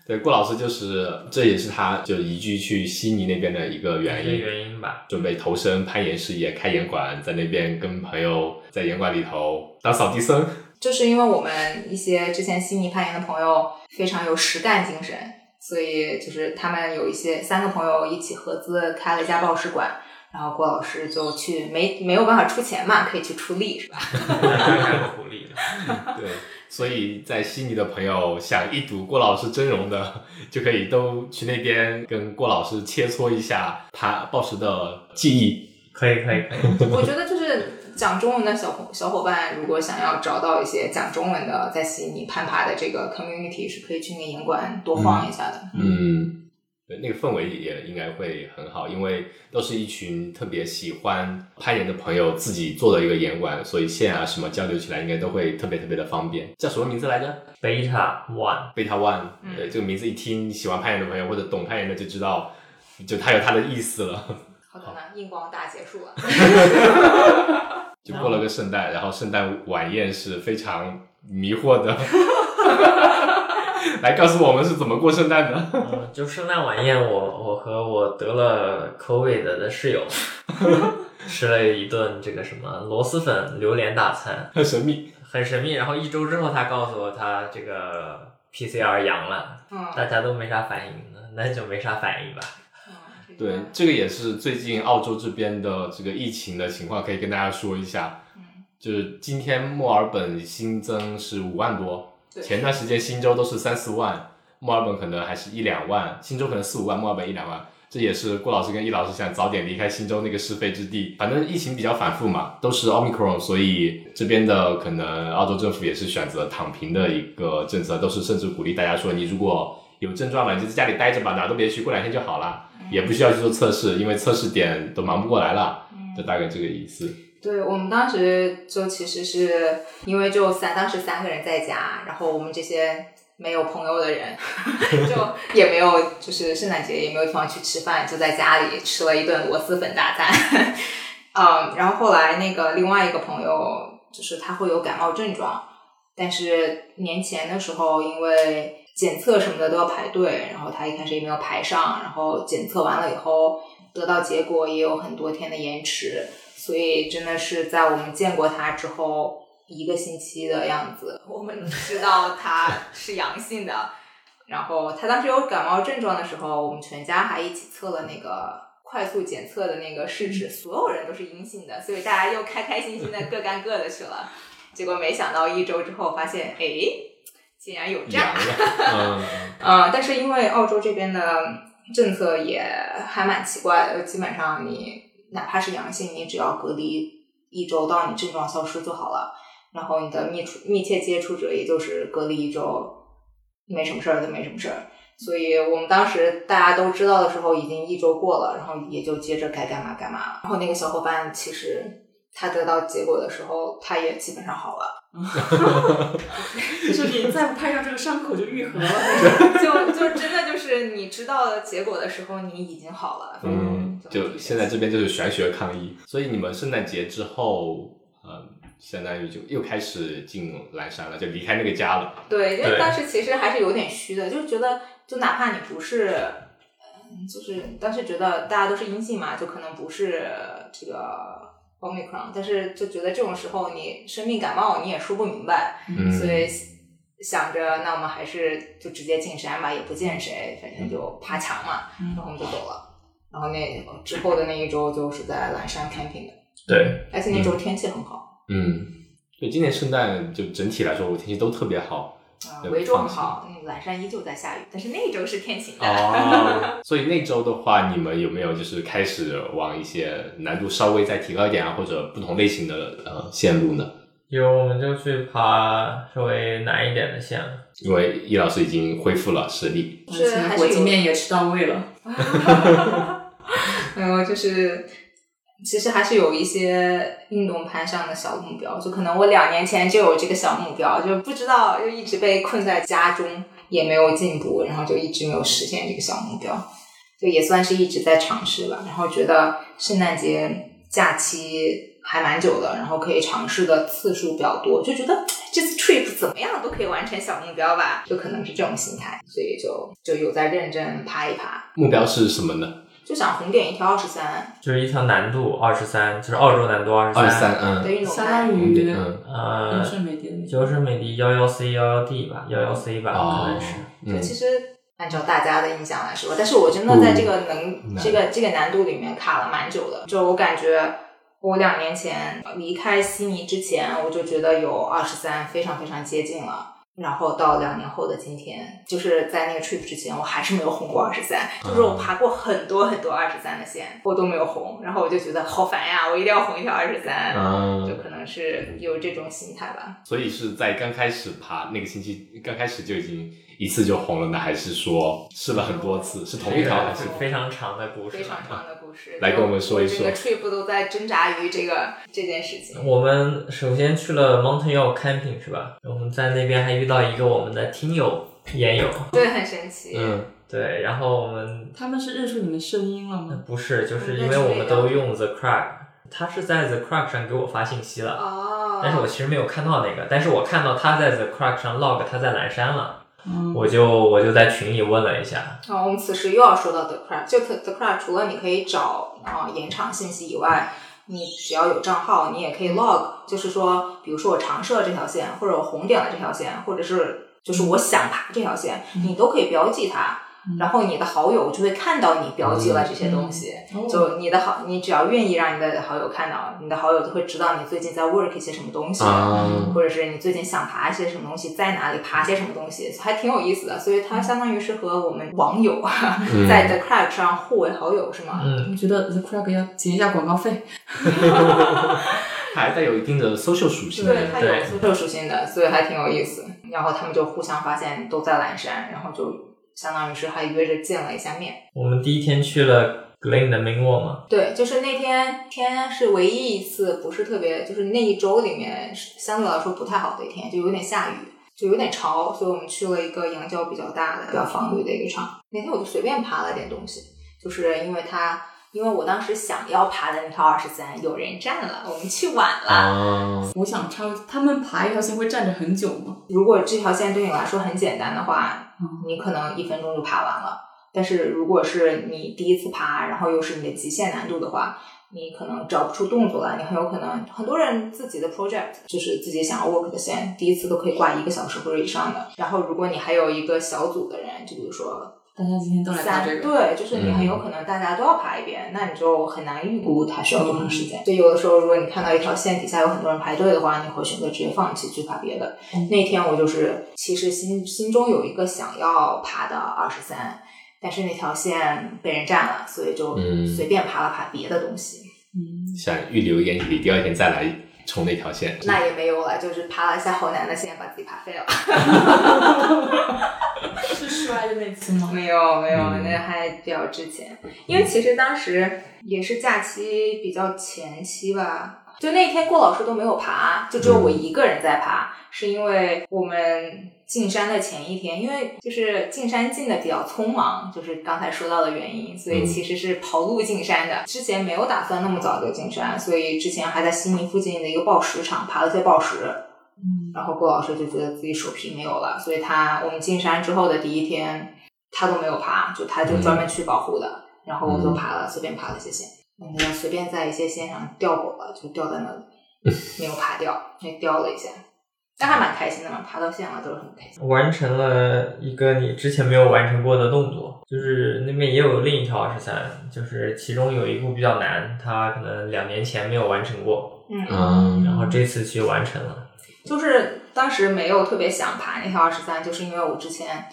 S1: 对郭老师就是这也是他就移居去悉尼那边的一个
S2: 一
S1: 原
S2: 个
S1: 因，
S2: 原因 吧，
S1: 准备投身攀岩事业，开岩馆，在那边跟朋友在岩馆里头当扫地僧，
S3: 就是因为我们一些之前悉尼攀岩的朋友非常有实干精神，所以就是他们有一些三个朋友一起合资开了一家报时馆，然后郭老师就去没没有办法出钱嘛，可以去出力是吧？
S2: 还有狐狸的。
S1: 对。所以在悉尼的朋友想一睹郭老师真容的，就可以都去那边跟郭老师切磋一下他暴食的技艺。
S2: 可以可以可以，
S3: 我觉得就是讲中文的小伙小伙伴，如果想要找到一些讲中文的在悉尼攀爬的这个 community，是可以去那个营馆多晃一下的。
S1: 嗯，对，那个氛围也应该会很好，因为都是一群特别喜欢攀岩的朋友自己做的一个岩馆，所以线啊什么交流起来应该都会特别特别的方便。叫什么名字来着
S2: ，Beta One，
S1: ？Beta One，、
S3: 嗯
S1: 呃对，这个名字一听喜欢攀岩的朋友或者懂攀岩的就知道，就它有它的意思了。
S3: 好的呢，硬广打结束了。
S1: 就过了个圣诞，然后圣诞晚宴是非常迷惑的。 来告诉我们是怎么过圣诞的？
S2: 嗯，就圣诞晚宴我，我和我得了 COVID 的室友 吃了一顿这个什么螺蛳粉榴莲大餐，
S1: 很神秘。
S2: 很神秘。然后一周之后，他告诉我他这个 PCR 阳了，大
S3: 嗯，
S2: 家都没啥反应呢，那就没啥反应吧。
S3: 嗯这个
S1: 对，这个也是最近澳洲这边的这个疫情的情况，可以跟大家说一下。
S3: 嗯
S1: 就是今天墨尔本新增是五万多，
S3: 对
S1: 前段时间新州都是三四万，墨尔本可能还是一两万，新州可能四五万，墨尔本一两万。这也是顾老师跟易老师想早点离开新州那个是非之地。反正疫情比较反复嘛，都是 Omicron，所以这边的可能澳洲政府也是选择躺平的一个政策，都是甚至鼓励大家说，你如果有症状了，你就在家里待着吧，哪都别去，过两天就好了。也不需要去做测试，因为测试点都忙不过来了，
S3: 嗯
S1: 就大概这个意思。
S3: 对我们当时就其实是因为就三当时三个人在家，然后我们这些没有朋友的人， 就也没有就是圣诞节也没有地方去吃饭，就在家里吃了一顿螺蛳粉大餐。 嗯，然后后来那个另外一个朋友就是他会有感冒症状，但是年前的时候因为。检测什么的都要排队，然后他一开始也没有排上，然后检测完了以后得到结果也有很多天的延迟，所以真的是在我们见过他之后一个星期的样子，我们知道他是阳性的。然后他当时有感冒症状的时候，我们全家还一起测了那个快速检测的那个试纸，所有人都是阴性的，所以大家又开开心心的各干各的去了。结果没想到一周之后发现，哎，竟然有这样
S1: 阳了，
S3: 呃，但是因为澳洲这边的政策也还蛮奇怪的，基本上你哪怕是阳性，你只要隔离一周到你症状消失就好了，然后你的密处密切接触者也就是隔离一周，没什么事儿就没什么事儿。所以我们当时大家都知道的时候，已经一周过了，然后也就接着该干嘛干嘛。然后那个小伙伴其实他得到结果的时候，他也基本上好了。
S4: 就是你再不拍上这个伤口就愈合了。
S3: 就就真的就是你知道结果的时候，你已经好了。
S1: 嗯，就现在这边就是玄学抗议。所以你们圣诞节之后，嗯，相当于就又开始进蓝山了，就离开那个家了。
S3: 对，因为
S2: 对
S3: 当时其实还是有点虚的，就是觉得就哪怕你不是，嗯就是当时觉得大家都是阴性嘛，就可能不是这个 omicron，但是就觉得这种时候你生病感冒你也说不明白，
S1: 嗯，
S3: 所以想着那我们还是就直接进山吧，也不见谁，反正
S1: 嗯
S3: 就爬墙嘛，然后我们就走了。然后那之后的那一周就是在蓝山 camping 的，
S2: 对，
S3: 而且那周天气很好，
S1: 嗯，对，今年圣诞就整体来说，我天气都特别好。
S3: 啊、
S1: 对
S3: 维州很好，嗯，蓝山依旧在下雨，但是那一周是天晴的。
S1: 哦， 所以那周的话，你们有没有就是开始往一些难度稍微再提高一点啊，或者不同类型的呃线路呢？
S2: 有我们就去爬稍微难一点的线了。
S1: 因为易老师已经恢复了实力，
S3: 是还是
S4: 火
S3: 有
S4: 鸡面也吃到位了，
S3: 然后就是，其实还是有一些运动攀上的小目标，就可能我两年前就有这个小目标，就不知道就一直被困在家中，也没有进步，然后就一直没有实现这个小目标，就也算是一直在尝试吧。然后觉得圣诞节假期还蛮久的，然后可以尝试的次数比较多，就觉得这次 trip 怎么样都可以完成小目标吧，就可能是这种心态，所以就就有在认真爬一爬，
S1: 目标是什么呢？
S3: 就想红点一条二十三。
S2: 就是一条难度二十三，就是澳洲难度二十
S1: 二十三，嗯，
S3: 的运动
S4: 相
S3: 派
S4: 当于
S1: 嗯，
S2: 呃
S4: 优，胜美地的那种。
S2: 就是美的幺幺 C 幺幺 D 吧，幺幺 C 吧，可
S1: 哦
S2: 能是。，
S3: 就
S1: 嗯
S3: 其实按照大家的印象来说，但是我真的在这个能、
S1: 嗯
S3: 这个这个难度里面卡了蛮久的。就我感觉，我两年前离开悉尼之前，我就觉得有二十三非常非常接近了。然后到两年后的今天，就是在那个 trip 之前，我还是没有红过二十三，就是我爬过很多很多二十三的线，我都没有红，然后我就觉得好烦呀，我一定要红一条二十三，
S1: 嗯
S3: 就可能是有这种心态吧。
S1: 所以是在刚开始爬那个星期，刚开始就已经一次就红了呢，还是说试了很多次？是同一条还是
S2: 是？非常长的故事啊
S3: 非。常长的故事，
S1: 来跟我们说一说
S3: 整个 trip 都在挣扎于这个这件事情。
S2: 我们首先去了 Mountain York Camping 是吧？我们在那边还遇到一个我们的听友烟友，
S3: 对，很神奇。
S1: 嗯，
S2: 对，然后我们
S4: 他们是认出你们声音了吗？
S2: 不是，就是因为我们都用 The Crack，他是在 The Crack 上给我发信息了，
S3: 哦，
S2: 但是我其实没有看到那个，但是我看到他在 The Crack 上 log 他在蓝山了，
S4: 嗯，
S2: 我就我就在群里问了一下，
S3: 啊、我们此时又要说到 The Crab，就 The The Crab 除了你可以找啊、延长信息以外，你只要有账号，你也
S2: 嗯
S3: 可以 log，就是说，比如说我长设这条线，或者我红点了这条线，或者是就是
S2: 嗯
S3: 我想爬这条线，你都可以标记它。
S4: 嗯
S3: 然后你的好友就会看到你标
S2: 嗯
S3: 记了这些东西，
S4: 嗯哦
S3: 就你的好，你只要愿意让你的好友看到，你的好友就会知道你最近在 work 一些什么东西，
S1: 啊，
S3: 或者是你最近想爬一些什么东西，在哪里爬些什么东西，还挺有意思的。所以它相当于是和我们网友啊，
S1: 嗯
S3: 在 The Crab 上互为好友，是吗？
S2: 嗯，
S4: 我觉得 The Crag 要结一下广告费。
S1: 它 还带有一定的 social 属性的。
S3: 对，它有宿舍属性的，所以还挺有意思。然后他们就互相发现都在蓝山，然后就相当于是还约着见了一下面。
S2: 我们第一天去了 Glen 的 m i n g w a 嘛，
S3: 对，就是那天天是唯一一次不是特别，就是那一周里面是相对来说不太好的一天，就有点下雨。就有点潮，所以我们去了一个羊角比较大的、比较防雨的一个场。那天我就随便爬了点东西，就是因为它，因为我当时想要爬的那条二十三有人占了，我们去晚了。
S1: 啊，
S2: 嗯
S4: 我想插个，他们爬一条线会站着很久吗？
S3: 如果这条线对你来说很简单的话
S4: 嗯，
S3: 你可能一分钟就爬完了。但是如果是你第一次爬，然后又是你的极限难度的话，你可能找不出动作来，你很有可能很多人自己的 project 就是自己想要 work 的线，第一次都可以挂一个小时或者以上的。然后如果你还有一个小组的人，就比如说
S4: 大家今天都来爬
S3: 三
S4: 这个，嗯
S3: 对，就是你
S1: 嗯
S3: 很有可能大家都要爬一遍，那你就很难预估它需要多长时间。所以有的时候，如果你看到一条线底下有很多人排队的话，你会选择直接放弃去爬别的。
S4: 嗯
S3: 那天我就是其实心心中有一个想要爬的二十三，但是那条线被人占了，所以就
S1: 嗯
S3: 随便爬了爬别的东西。
S4: 嗯，
S1: 想预留一个眼体力，第二天再来冲那条线。
S3: 那也没有了，就是爬了一下好难的线，把自己爬废了。
S4: 是摔的那次吗？
S3: 没有没有，
S1: 嗯
S3: 那还比较之前，因为其实当时也是假期比较前期吧，就那天郭老师都没有爬，就只有我一个人在爬，是因为我们进山的前一天，因为就是进山进的比较匆忙，就是刚才说到的原因，所以
S1: 嗯
S3: 其实是跑路进山的。之前没有打算那么早就进山，所以之前还在悉尼附近的一个报石场爬了些报石，
S4: 嗯，
S3: 然后郭老师就觉得自己手皮没有了，所以他我们进山之后的第一天，他都没有爬，就他就专门去保护的。然后我就爬了，随便爬了一些线，嗯，然后随便在一些线上掉狗了，就掉在那里，没有爬掉，就掉了一下，但还蛮开心的嘛，爬到线了都是很开心。
S2: 完成了一个你之前没有完成过的动作，就是那边也有另一条二十三，就是其中有一步比较难，它可能两年前没有完成过，
S3: 嗯，
S1: 嗯
S2: 然后这次去完成了。
S3: 就是当时没有特别想爬那条二十三，就是因为我之前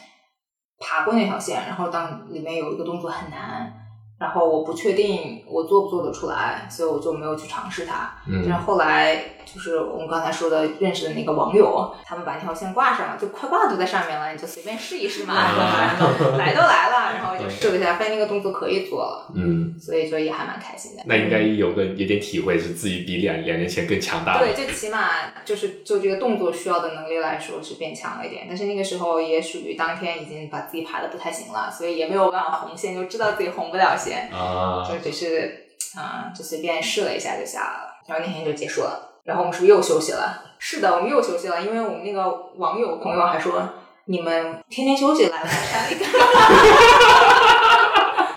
S3: 爬过那条线，然后当里面有一个动作很难，然后我不确定我做不做得出来，所以我就没有去尝试它。
S1: 嗯
S3: 但是后来就是我们刚才说的认识的那个网友，他们把那条线挂上了，就快挂都在上面了，你就随便试一试嘛，
S1: 啊
S3: 来都来了，然后就试了一下，发现那个动作可以做了，
S1: 嗯，
S3: 所以就也还蛮开心的。嗯
S1: 那应该啊有个有点体会，是自己比两两年前更强大
S3: 对，
S1: 了。
S3: 就起码就是就这个动作需要的能力来说是变强了一点，但是那个时候也属于当天已经把自己爬的不太行了，所以也没有办法红线，就知道自己红不了线，
S1: 啊，
S3: 就只是啊、就随便试了一下就下来了，然后那天就结束了。然后我们是不是又休息了？是的，我们又休息了，因为我们那个网友朋友还说你们天天休息来 了，山里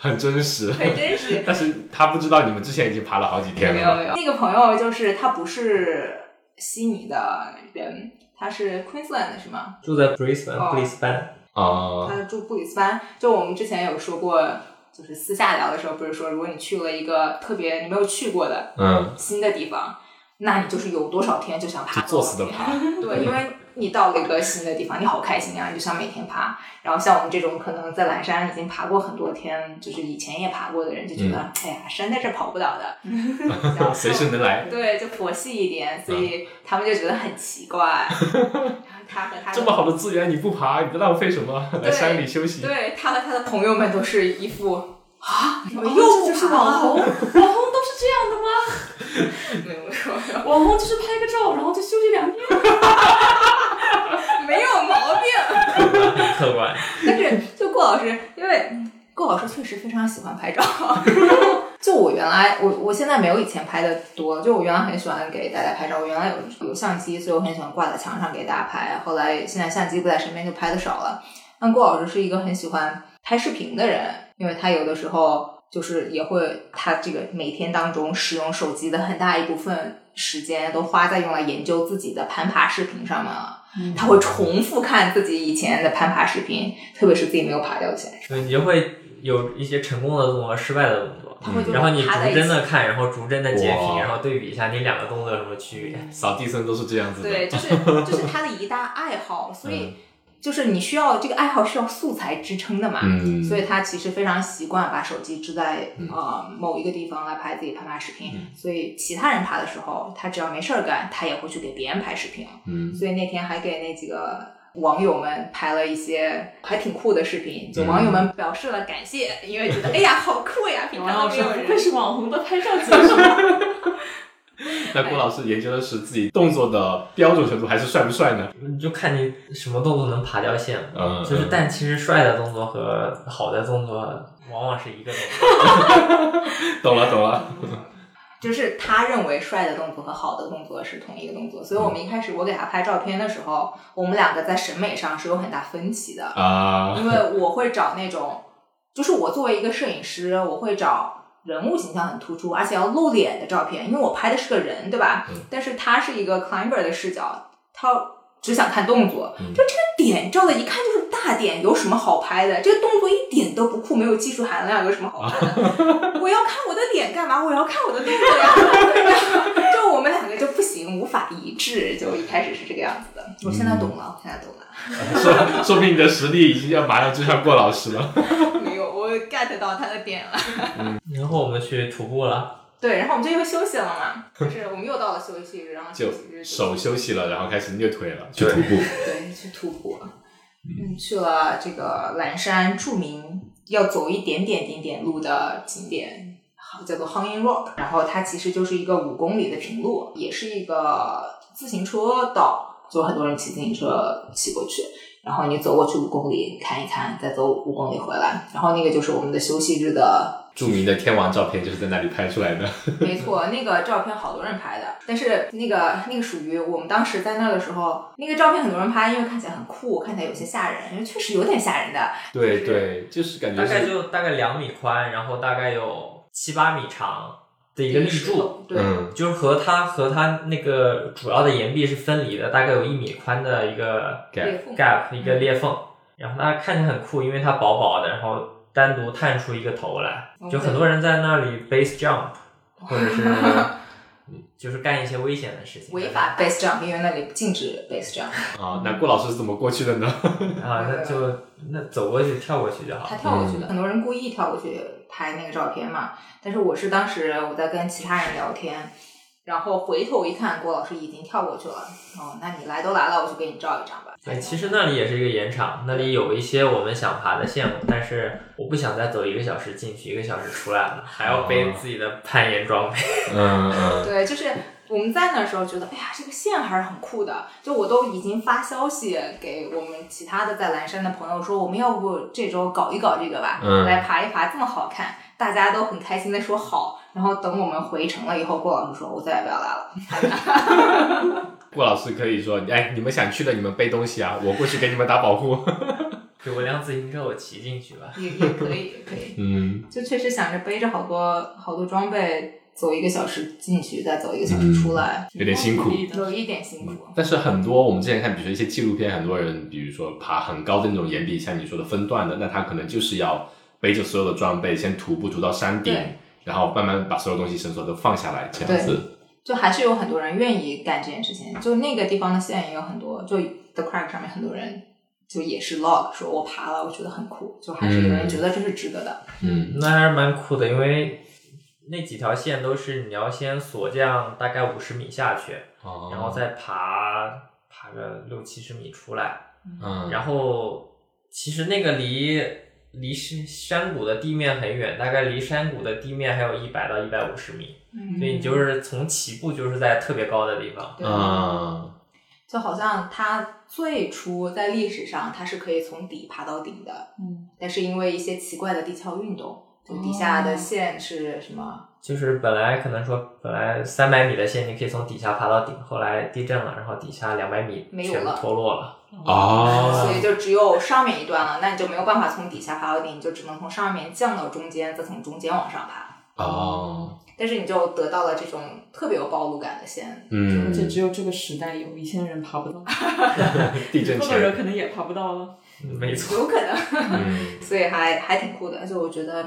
S1: 很真实。
S3: 很真实。
S1: 但是他不知道你们之前已经爬了好几天
S3: 没有
S1: 了
S3: 没
S1: 吗。
S3: 有，那个朋友就是他不是悉尼的人，他是 Queensland 的是吗？
S2: 住在 Brisbane，
S3: 哦
S2: 布里斯班，
S1: 啊，
S3: 他住布里斯班。就我们之前有说过，就是私下聊的时候，不是说如果你去了一个特别你没有去过的
S1: 嗯，
S3: 新的地方，那你就是有多少天就想爬
S1: 就
S3: 多
S1: 作
S3: 少
S1: 死的
S3: 天
S1: 爬。
S3: 对，因为你到了一个新的地方，你好开心啊，你就想每天爬。然后像我们这种可能在蓝山已经爬过很多天，就是以前也爬过的人，就觉得、哎呀，山在这跑不倒的，然 后
S1: 随时嗯能来，
S3: 对，就佛系一点，所以他们就觉得很奇怪。然后他和他的
S1: 这么好的资源你不爬，你浪费什么？来
S3: 对
S1: 山里休息。
S3: 对他和他的朋友们都是一副啊，你
S4: 哦
S3: 们又不
S4: 这就是
S3: 爬
S4: 网
S3: 了
S4: 红，网红都是这样的吗？
S3: 没有没有没有
S4: 网红就是拍个照，然后就休息两天。
S3: 没有毛病。
S2: 客观。
S3: 但是就顾老师，因为嗯顾老师确实非常喜欢拍照。然后就我原来，我我现在没有以前拍的多。就我原来很喜欢给大家拍照，我原来有有相机，所以我很喜欢挂在墙上给大家拍。后来现在相机不在身边，就拍的少了。但顾老师是一个很喜欢拍视频的人，因为他有的时候就是也会，他这个每天当中使用手机的很大一部分时间都花在用来研究自己的攀爬视频上面了。
S4: 嗯
S3: 他会重复看自己以前的攀爬视频，特别是自己没有爬掉前，
S2: 对，你就会有一些成功的动作和失败的动作，
S3: 他会就
S2: 嗯然后你
S3: 是
S2: 逐
S3: 爬在一起。
S2: 帧的看，然后逐帧的截屏，
S1: 哇
S2: 然后对比一下你两个动作有什么区别。
S1: 扫地僧都是这样子的。
S3: 对，就是就是他的一大爱好，
S2: 嗯
S3: 所以就是你需要这个爱好需要素材支撑的嘛，
S1: 嗯，
S3: 所以他其实非常习惯把手机支在
S1: 嗯
S3: 呃某一个地方来拍自己攀爬视频，
S1: 嗯
S3: 所以其他人爬的时候，他只要没事儿干，他也会去给别人拍视频。
S1: 嗯，
S3: 所以那天还给那几个网友们拍了一些还挺酷的视频，就
S1: 嗯
S3: 网友们表示了感谢，因为觉得哎呀好酷呀，平常
S4: 王老
S3: 都没
S4: 师
S3: 有
S4: 不
S3: 人
S4: 愧。是网红的拍 照解说，
S1: 那郭老师研究的是自己动作的标准程度还是帅不帅呢？
S2: 你就看你什么动作能爬掉线嘛。
S1: 嗯，
S2: 就是
S1: 嗯，
S2: 但其实帅的动作和好的动作往往是一个动作。
S1: 懂了懂了。
S3: 就是他认为帅的动作和好的动作是同一个动作，所以我们一开始我给他拍照片的时候，我们两个在审美上是有很大分歧的，
S1: 啊、
S3: 因为我会找那种，就是我作为一个摄影师，我会找人物形象很突出，而且要露脸的照片，因为我拍的是个人，对吧？
S1: 嗯
S3: 但是他是一个 climber 的视角，他只想看动作，
S1: 嗯
S3: 就这个点照的一看就是大点，有什么好拍的？这个动作一点都不酷，没有技术含量，有什么好拍的？ 我要看我的脸干嘛？我要看我的动作呀！对 吧就我们两个就不行，无法一致，就一开始是这个样子的。我现在懂
S1: 嗯
S3: 了，我现在懂了。
S1: 说 说明你的实力已经要马上追上郭老师了。
S3: 没有，我 get 到他的点了。
S2: 然后我们去徒步了，
S3: 对，然后我们就又休息了嘛，就是我们又到了休息日，然后
S1: 就
S3: 休息日
S1: 手休息了，然后开始虐腿了，去
S2: 对
S1: 徒步。
S3: 对去徒步，嗯，去了这个蓝山著名要走一点点点点路的景点。好叫做 Hanging Rock，然后它其实就是一个五公里的平路，也是一个自行车道，就很多人骑自行车骑过去，然后你走过去五公里看一看，再走五公里回来，然后那个就是我们的休息日的
S1: 著名的天王照片就是在那里拍出来的。
S3: 没错，那个照片好多人拍的，但是那个那个属于我们当时在那儿的时候，那个照片很多人拍，因为看起来很酷，看起来有些吓人，因为确实有点吓人的。
S1: 对对，就是感觉
S2: 大概
S1: 是
S2: 就大概两米宽，然后大概有七八米长的一个立柱，，
S3: 对，
S1: 嗯
S2: 就是和它和它那个主要的岩壁是分离的，大概有一米宽的一个
S1: gap，
S3: 缝嗯
S2: gap 一个裂缝，然后它看起来很酷，因为它薄薄的，然后单独探出一个头来，
S3: 哦
S2: 就很多人在那里 base jump，或者是就是干一些危险的事情，
S3: 违法 base jump，因为那里禁止 base jump，
S1: 啊，那郭老师是怎么过去的呢？
S2: 啊，那就那走过去跳过去就好
S3: 他
S2: 了。
S3: 跳过去的，很多人故意跳过去拍那个照片嘛。但是我是当时我在跟其他人聊天。然后回头一看，郭老师已经跳过去了。哦，那你来都来了，我就给你照一张吧。
S2: 对，哎其实那里也是一个岩场，那里有一些我们想爬的项目，但是我不想再走一个小时进去，一个小时出来了，还要背自己的攀岩装备。
S1: 嗯嗯，
S3: 对，就是我们在那时候觉得，哎呀，这个线还是很酷的。就我都已经发消息给我们其他的在蓝山的朋友说，我们要不这周搞一搞这个吧，
S1: 嗯
S3: 来爬一爬，这么好看，大家都很开心的说好。然后等我们回城了以后，郭老师说，我再也不要来了。
S1: 郭老师可以说，哎，你们想去的你们背东西啊，我过去给你们打保 护。
S2: 给我辆自行车，我骑进去吧。
S3: 也也可以，也可以，
S1: 嗯
S3: 就确实想着背着好多好多装备，走一个小时进去，再走一个小时出
S1: 嗯
S3: 来，
S1: 有点辛苦
S3: 有一点辛苦。
S1: 但是很多我们之前看，比如说一些纪录片，很多人比如说爬很高的那种岩壁，像你说的分段的，那他可能就是要背着所有的装备，先徒步徒到山顶
S3: 对，
S1: 然后慢慢把所有东西绳索都放下来，这样子。
S3: 就还是有很多人愿意干这件事情。就那个地方的线也有很多，就 The Crack 上面很多人就也是 log 说我爬了，我觉得很酷，就还是有人觉得这是值得的。
S1: 嗯，
S2: 那还是蛮酷的，因为那几条线都是你要先锁降大概五十米下去，
S1: 哦
S2: 然后再爬爬个六七十米出来，
S1: 嗯，
S2: 然后其实那个离离山山谷的地面很远，大概离山谷的地面还有一百到一百五十米，
S3: 嗯
S2: 所以你就是从起步就是在特别高的地方。
S3: 对
S1: 啊，
S3: 就好像它最初在历史上它是可以从底爬到顶的，
S4: 嗯，
S3: 但是因为一些奇怪的地壳运动，就
S2: 哦
S3: 底下的线是什么？
S2: 就是本来可能说本来三百米的线，你可以从底下爬到顶，后来地震了，然后底下两百米
S3: 没有
S2: 全部
S3: 了
S2: 脱落了。
S1: 哦
S3: 所以就只有上面一段了，那你就没有办法从底下爬到顶，你就只能从上面降到中间，再从中间往上爬。
S1: 哦，
S3: 但是你就得到了这种特别有暴露感的线，
S1: 嗯，
S4: 这只有这个时代有，以前的人爬不到，
S1: 地
S4: 以
S1: 震
S4: 后的人
S1: 前，
S4: 可能也爬不到了。
S2: 没错，
S3: 有可能，
S1: 嗯
S3: 所以还还挺酷的。就我觉得，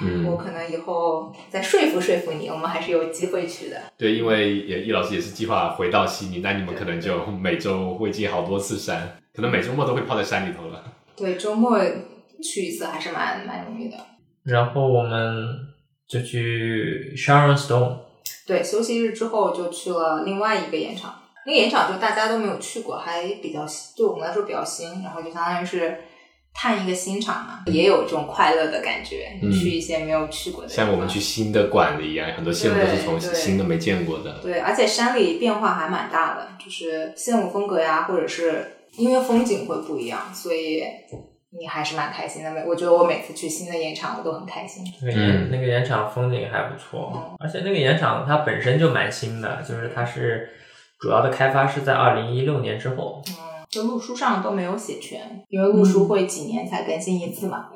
S3: 我
S1: 嗯，
S3: 可能以后再说服说服你，我们还是有机会去的。
S1: 对，因为也易老师也是计划回到悉尼，那你们可能就每周会进好多次山，可能每周末都会泡在山里头了。
S3: 对，周末去一次还是蛮蛮容易的。
S2: 然后我们就去 Sharon Stone，
S3: 对，休息日之后就去了另外一个盐场，那个盐场就大家都没有去过，还比较新对我们来说比较新，然后就相当于是探一个新场嘛，也有这种快乐的感觉，
S1: 嗯
S3: 去一些没有去过的地 方。
S1: 像我们去新的馆子一样，很多线路都是从
S3: 对对
S1: 新的没见过的。
S3: 对，而且山里变化还蛮大的，就是线路风格呀，或者是因为风景会不一样，所以你还是蛮开心的。每我觉得我每次去新的盐场，我都很开心。
S2: 那个盐
S1: 嗯
S2: 那个盐场风景还不错
S3: 嗯，
S2: 而且那个盐场它本身就蛮新的，就是它是主要的开发是在二零一六年之后，
S3: 就路书上都没有写全，因为路书会几年才更新一次嘛。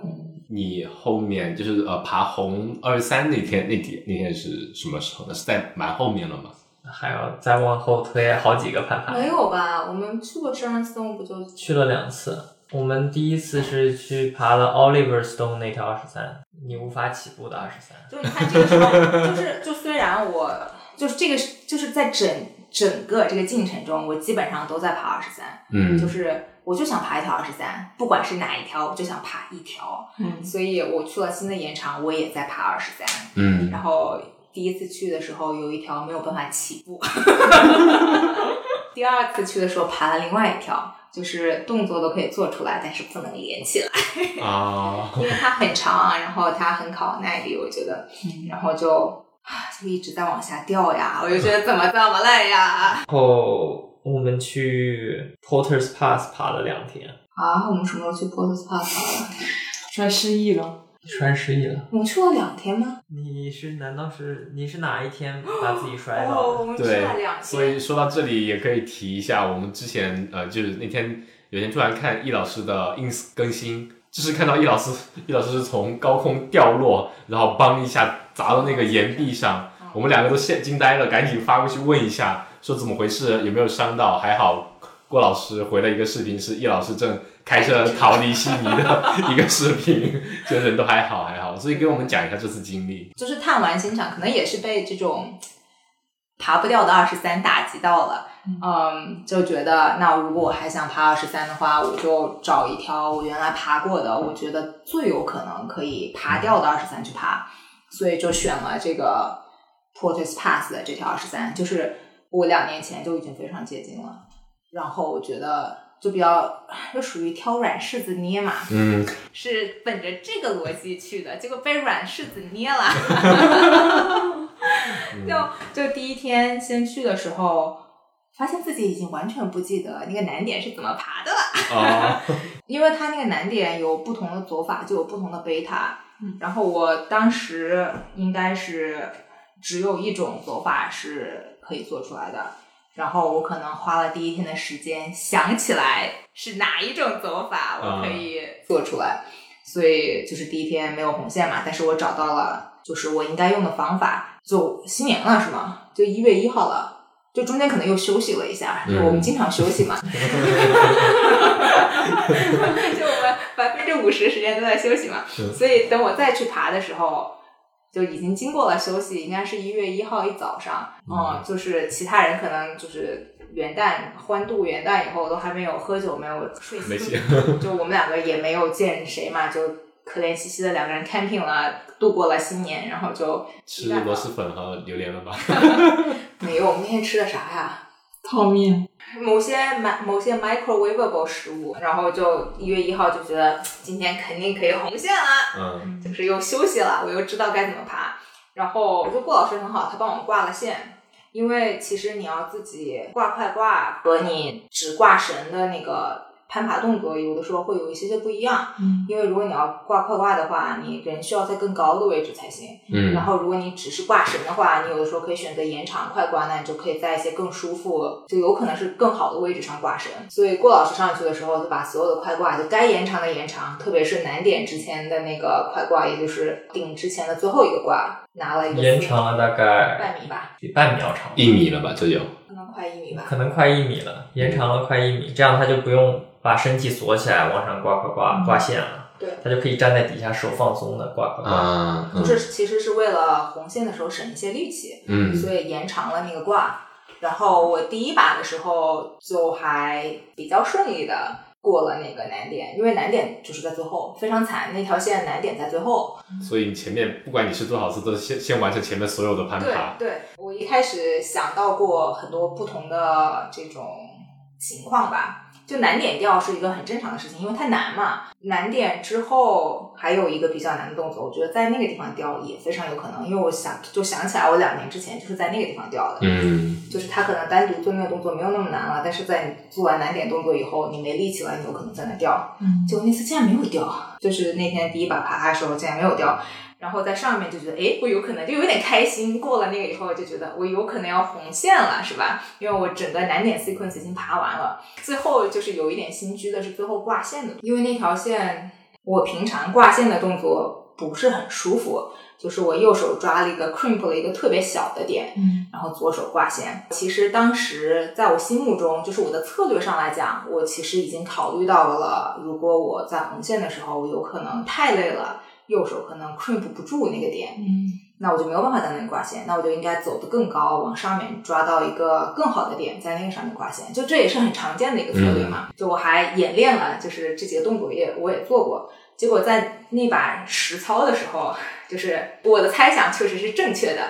S1: 你后面就是呃爬红二三那天那天那天是什么时候呢？是在蛮后面了嘛？
S2: 还要再往后推好几个攀
S3: 没
S2: 爬，
S3: 有吧？我们去过 s h a r o n Stone 不就
S2: 去了两次。我们第一次是去爬了 Oliver Stone 那条二十三，你无法起步的二十三。
S3: 就你看这个时候，就是就虽然我就是这个是就是在整整个这个进程中，我基本上都在爬二十三，
S1: 嗯
S3: 就是我就想爬一条二十三，不管是哪一条，我就想爬一条。
S4: 嗯
S3: 所以我去了新的延长，我也在爬二十三。
S1: 嗯
S3: 然后第一次去的时候，有一条没有办法起步。第二次去的时候爬了另外一条，就是动作都可以做出来，但是不能连起来，
S1: 啊，
S3: 因为它很长，然后它很考耐力，我觉得，然后就。啊，就一直在往下掉呀，我就觉得怎么这么累呀？
S2: 然后我们去 Porter's Pass 爬了两天，
S3: 啊，我们什么时候去 p o r t s p a s 了？
S4: 摔失忆了，
S2: 摔失忆了。
S3: 我们去了两天吗？
S2: 你是难道是你是哪一 天把自己摔
S3: 哦，
S2: 倒
S3: 我
S2: 的？
S3: 们去
S1: 对
S3: 了两，天。
S1: 所以说到这里也可以提一下，我们之前呃就是那天有天突然看易老师的 ins 更新，就是看到易老师易老师是从高空掉落，然后邦一下砸到那个岩壁
S3: 嗯
S1: 上，我们两个都现惊呆了，赶紧发过去问一下，说怎么回事，有没有伤到？还好郭老师回了一个视频，是易老师正开车逃离悉尼的一个视频， 就人都还好还好，所以给我们讲一下这次经历。
S3: 就是探完现场，可能也是被这种爬不掉的二十三打击到了，嗯，就觉得那如果我还想爬二十三的话，我就找一条我原来爬过的，我觉得最有可能可
S1: 嗯
S3: 以爬掉的二十三去爬，所以就选了这个 Porter's Pass 的这条二十三，就是我两年前就已经非常接近了，然后我觉得就比较就属于挑软柿子捏嘛，
S1: 嗯，
S3: 是本着这个逻辑去的，结果被软柿子捏了。就就第一天先去的时候，发现自己已经完全不记得那个难点是怎么爬的了，
S1: 啊，
S3: 因为它那个难点有不同的走法，就有不同的贝塔。
S4: 嗯
S3: 然后我当时应该是只有一种走法是可以做出来的。然后我可能花了第一天的时间想起来是哪一种走法我可以做出来，所以就是第一天没有红线嘛，但是我找到了就是我应该用的方法。就新年了是吗？就一月一号了，就中间可能又休息了一下，就我们
S1: 嗯
S3: 经常休息嘛， 就我们百分之五十时间都在休息嘛，
S1: 是
S3: 所以等我再去爬的时候，就已经经过了休息，应该是一月一号一早上，嗯，就是其他人可能就是元旦欢度元旦以后都还没有喝酒，没有睡
S1: 没戏。
S3: 就我们两个也没有见谁嘛，就可怜兮兮的两个人 camping 了，度过了新年，然后就
S1: 吃螺蛳粉和榴莲了 吧？
S3: 没有，我们那天吃的啥呀？
S4: 泡面，
S3: 某些 mi 某些 microwavable 食物，然后就一月一号就觉得今天肯定可以红线了，
S1: 嗯，
S3: 就是又休息了，我又知道该怎么爬。然后我觉得郭老师很好，他帮我挂了线，因为其实你要自己挂快挂和你只挂绳的那个攀爬动作，有的时候会有一些些不一样。
S4: 嗯，
S3: 因为如果你要挂快挂的话，你人需要在更高的位置才行。然
S1: 嗯，
S3: 后如果你只是挂绳的话，你有的时候可以选择延长快挂，那你就可以在一些更舒服，就有可能是更好的位置上挂绳。所以郭老师上去的时候，就把所有的快挂就该延长的延长，特别是难点之前的那个快挂，也就是顶之前的最后一个挂，拿了一个
S2: 延长了大概
S3: 半米吧，
S2: 比半米要长，
S1: 一米了吧这有，
S3: 可能快一米吧。
S2: 可能快一米了，延长了快一米，这样他就不用把身体锁起来往上挂挂挂挂线了，
S3: 嗯对
S2: 他就可以站在底下手放松的挂挂挂。
S1: 啊，
S3: 就，是其实是为了红线的时候省一些力气。
S1: 嗯
S3: 所以延长了那个挂。然后我第一把的时候就还比较顺利的过了那个难点，因为难点就是在最后，非常惨，那条线难点在最后。
S1: 嗯，所以你前面不管你是多少次，都先先完成前面所有的攀
S3: 对
S1: 爬，
S3: 对，我一开始想到过很多不同的这种情况吧。就难点掉是一个很正常的事情，因为太难嘛。难点之后还有一个比较难的动作，我觉得在那个地方掉也非常有可能，因为我想就想起来我两年之前就是在那个地方掉的。
S1: 嗯，
S3: 就是他可能单独做那个动作没有那么难了，但是在你做完难点动作以后，你没力气了，你有可能在那掉。
S4: 嗯，
S3: 结果那次竟然没有掉，就是那天第一把爬的时候竟然没有掉。然后在上面就觉得，哎，我有可能就有点开心。过了那个以后，就觉得我有可能要红线了，是吧？因为我整个难点 sequence 已经爬完了。最后就是有一点心虚的是最后挂线的，因为那条线我平常挂线的动作不是很舒服，就是我右手抓了一个 crimp 了一个特别小的点，
S4: 嗯，
S3: 然后左手挂线。其实当时在我心目中，就是我的策略上来讲，我其实已经考虑到了，如果我在红线的时候，我有可能太累了，右手可能 crimp 不住那个点，
S4: 嗯，
S3: 那我就没有办法在那里挂线，那我就应该走得更高，往上面抓到一个更好的点，在那个上面挂线。就这也是很常见的一个策略嘛。就我还演练了，就是这几个动作也我也做过。结果在那把实操的时候，就是我的猜想确实是正确的，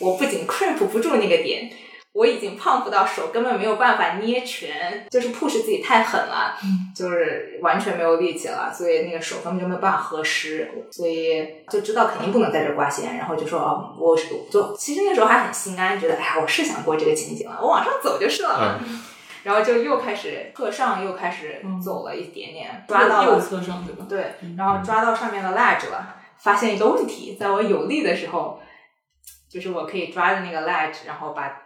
S3: 我不仅 crimp 不住那个点，我已经 pump 到手根本没有办法捏拳，就是 push 自己太狠了，
S4: 嗯
S3: 就是完全没有力气了，所以那个手根本就没有办法合十，所以就知道肯定不能在这儿挂线，然后就说哦，我是就其实那时候还很心安，觉得哎，我是想过这个情景了，我往上走就是了嘛。然后就又开始课上，又开始
S4: 嗯
S3: 走了一点点，抓到
S4: 右
S3: 了
S4: 侧上对吧？
S3: 对
S4: 嗯，
S3: 然后抓到上面的 ledge 了，发现一个问题，在我有力的时候，就是我可以抓着那个 ledge，然后把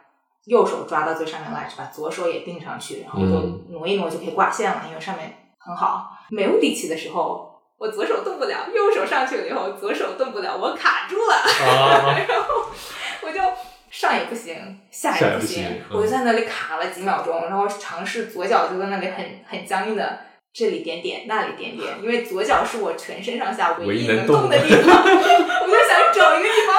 S3: 右手抓到最上面的 ledge，把左手也并上去，然后
S1: 嗯
S3: 就挪一挪就可以挂线了，因为上面很好。没有力气的时候。我左手动不了，右手上去了以后，左手动不了，我卡住了，
S1: 啊，
S3: 我就上也不行，下
S1: 下
S3: 也
S1: 也不
S3: 行，
S1: 行嗯
S3: 我就在那里卡了几秒钟，然后尝试左脚就在那里很很僵硬的这里点点那里点点，因为左脚是我全身上下唯
S1: 唯一
S3: 一
S1: 能
S3: 能
S1: 动
S3: 动
S1: 的
S3: 的地方， 我就想找一个地方，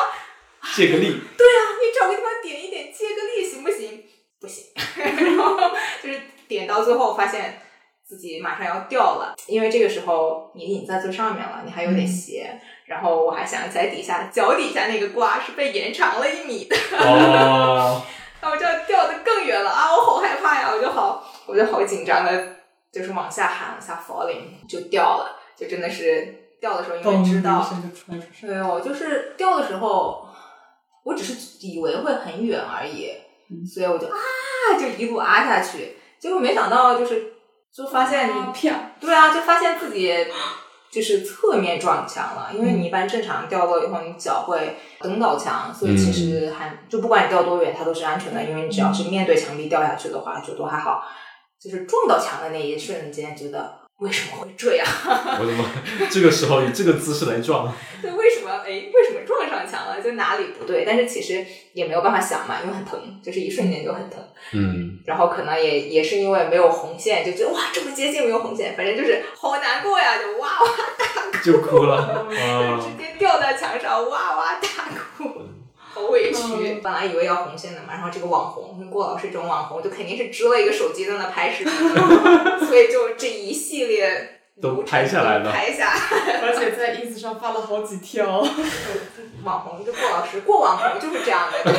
S1: 借个力，
S3: 你找个地方点一点，借个力行不行？不行， 然后就是点到最后发现自己马上要掉了，因为这个时候你已经在最上面了，你还有点斜，然后我还想起来底下脚底下那个挂是被延长了一米的。
S1: 哦，
S3: 那我就要掉得更远了啊！我好害怕呀，我就好，我就好紧张的，就是往下喊了一下 falling，就掉了，就真的是掉的时候，因为知道，
S4: 一声就出来出去
S3: 没有，就是掉的时候，我只是以为会很远而已，
S4: 嗯
S3: 所以我就啊，就一路啊下去，结果没想到就是，就发现
S4: 啊啪，
S3: 对啊，就发现自己就是侧面撞墙了，因为你一般正常掉落以后，你脚会蹬到墙，所以其实还就不管你掉多远，它都是安全的，因为你只要是面对墙壁掉下去的话，就都还好。就是撞到墙的那一瞬间，觉得为什么会这样？
S1: 我怎么这个时候以这个姿势来撞？
S3: 对，为什么？哎，为什么撞上墙了？就哪里不对？但是其实也没有办法想嘛，因为很疼，就是一瞬间就很疼。
S1: 嗯，
S3: 然后可能也也是因为没有红线，就觉得哇这么接近没有红线，反正就是好难过呀，就哇哇
S1: 就哭了，啊
S3: 直接掉在墙上哇哇大会区，
S1: 嗯
S3: 本来以为要红线的嘛，然后这个网红郭老师这种网红，就肯定是支了一个手机在那拍视频， 所以就这一系列
S1: 都拍下来了
S3: 拍下来
S4: 而且在 ins 上发了好几条。
S3: 网红就郭老师过网红就是这样的，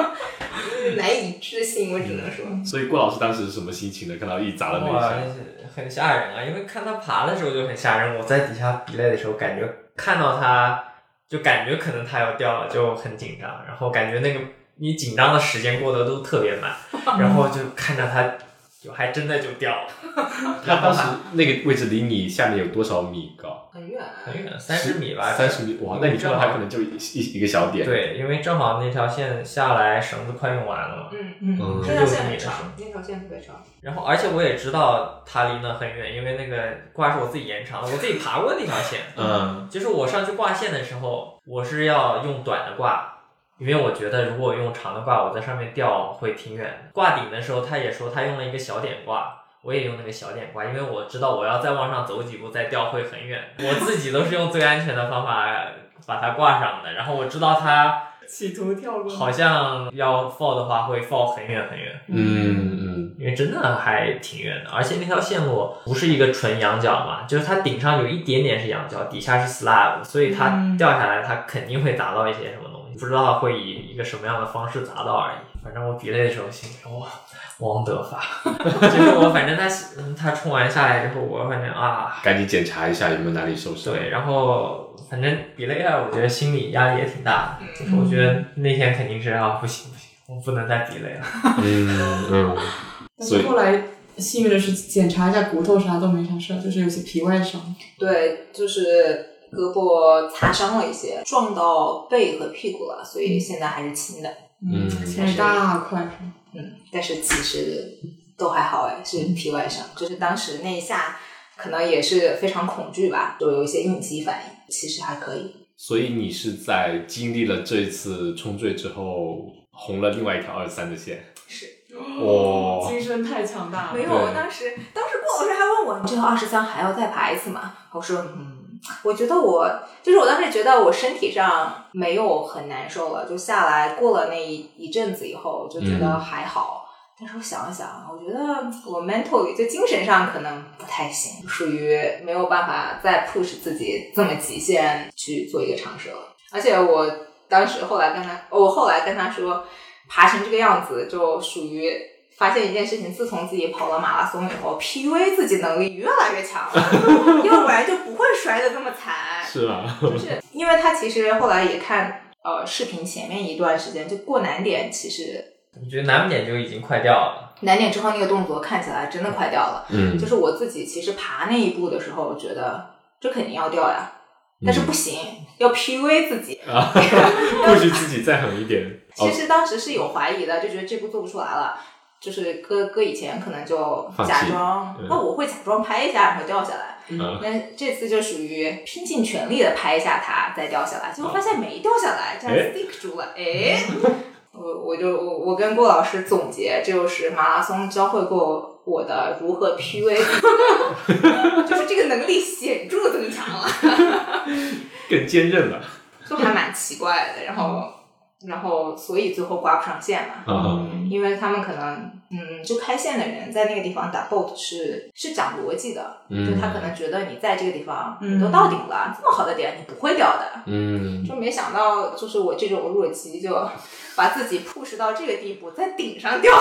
S3: 就难以置信，我只能说。
S1: 所以郭老师当时是什么心情呢？看到一砸了那一
S2: 哇
S1: 下，，
S2: 很吓人啊！因为看他爬的时候就很吓人，我在底下比类的时候，感觉看到他就感觉可能他要掉了，就很紧张，然后感觉那个你紧张的时间过得都特别 慢，然后就看着他就还真的就掉了，
S1: 他当时那个位置离你下面有多少米高？
S3: 很远，啊
S2: 很远，三十米吧，
S1: 三十米，哇！那你看到他可能就一一一个小点。，
S2: 对，因为正好那条线下来，绳子快用完了嘛。
S3: 嗯，
S4: 嗯，
S3: 这
S2: 六
S3: 条线
S2: 十米
S3: 很
S2: 的时候
S3: 长，那条线特别长。
S2: 然后，而且我也知道它离那很远，因为那个挂是我自己延长的，我自己爬过那条线。
S1: 嗯，
S2: 就是我上去挂线的时候，我是要用短的挂，因为我觉得如果我用长的挂，我在上面吊会挺远的。挂顶的时候，他也说他用了一个小点挂，我也用那个小点挂，因为我知道我要再往上走几步再吊会很远。我自己都是用最安全的方法把它挂上的，然后我知道它
S4: 企图跳过，
S2: 好像要 fall 的话会 fall 很远很远。
S1: 嗯嗯，
S2: 因为真的还挺远的，而且那条线路不是一个纯仰角嘛，就是它顶上有一点点是仰角，底下是 slab，所以它
S4: 嗯
S2: 掉下来，它肯定会砸到一些什么东西，不知道会以一个什么样的方式砸到而已。反正我比类的时候心里哇，王德发，就是我反正他嗯他冲完下来之后，我反正啊，
S1: 赶紧检查一下有没有哪里受伤。
S2: 对，然后反正比类啊，我觉得心理压力也挺大的，就是我觉得那天肯定是啊，不行不行，我不能再比类了。
S1: 嗯嗯，
S4: 但
S1: 所以
S4: 是后来幸运的是检查一下骨头啥都没啥事儿，就是有些皮外伤。
S3: 对，就是胳膊擦伤了一些，撞到背和屁股了，所以现在还是青的。
S1: 嗯
S4: 前一大块伤。
S3: 嗯，但是其实都还好哎，是皮外伤，就是当时那一下可能也是非常恐惧吧，就有一些应激反应，其实还可以。
S1: 所以你是在经历了这一次冲坠之后，红了另外一条二三的线。
S3: 是
S1: 哦
S4: 精神太强大
S3: 没
S4: 了。
S3: 有，我当时当时郭老师还问我，你这条二十三还要再爬一次吗？我说嗯，我觉得我就是我当时觉得我身体上没有很难受了，就下来过了那一一阵子以后，就觉得
S1: 嗯
S3: 还好。但是我想了想，我觉得我 mental 就精神上可能不太行，属于没有办法再 push 自己这么极限去做一个尝试了。而且我当时后来跟他，哦我后来跟他说，爬成这个样子，就属于发现一件事情，自从自己跑了马拉松以后，PUA 自己能力越来越强了，要不然就不会摔得这么惨。
S1: 是吧？
S3: 就是因为他其实后来也看呃视频前面一段时间，就过难点，其实
S2: 我觉得难免就已经快掉了。
S3: 难点之后那个动作看起来真的快掉了。
S1: 嗯
S3: 就是我自己其实爬那一步的时候，我觉得这肯定要掉呀，
S1: 嗯
S3: 但是不行，要 PUA 自己。
S1: 啊，或许自己再狠一点。
S3: 其实当时是有怀疑的，就觉得这步做不出来了。就是搁搁以前可能就
S1: 放弃
S3: 假装
S1: 嗯，
S3: 那我会假装拍一下然后掉下来，
S1: 嗯
S3: 但这次就属于拼尽全力的拍一下它，再掉下来，结果发现没掉下来，这
S1: 嗯
S3: 样
S1: 哎
S3: stick 住了。哎，我我就我我跟郭老师总结，这就是马拉松教会过我的如何 PUA，自己 就是这个能力显著增强了。
S1: 更坚韧了
S3: 就还蛮奇怪的。然后，然后所以最后挂不上线嘛，
S1: 啊！
S3: 因为他们可能嗯，就开线的人在那个地方打 bot 是是讲逻辑的，
S1: 嗯
S3: 就他可能觉得你在这个地方
S4: 嗯
S3: 你都到顶了，这么好的点你不会掉的。
S1: 嗯，
S3: 就没想到，就是我这种弱鸡，就把自己 push 到这个地步，在顶上掉。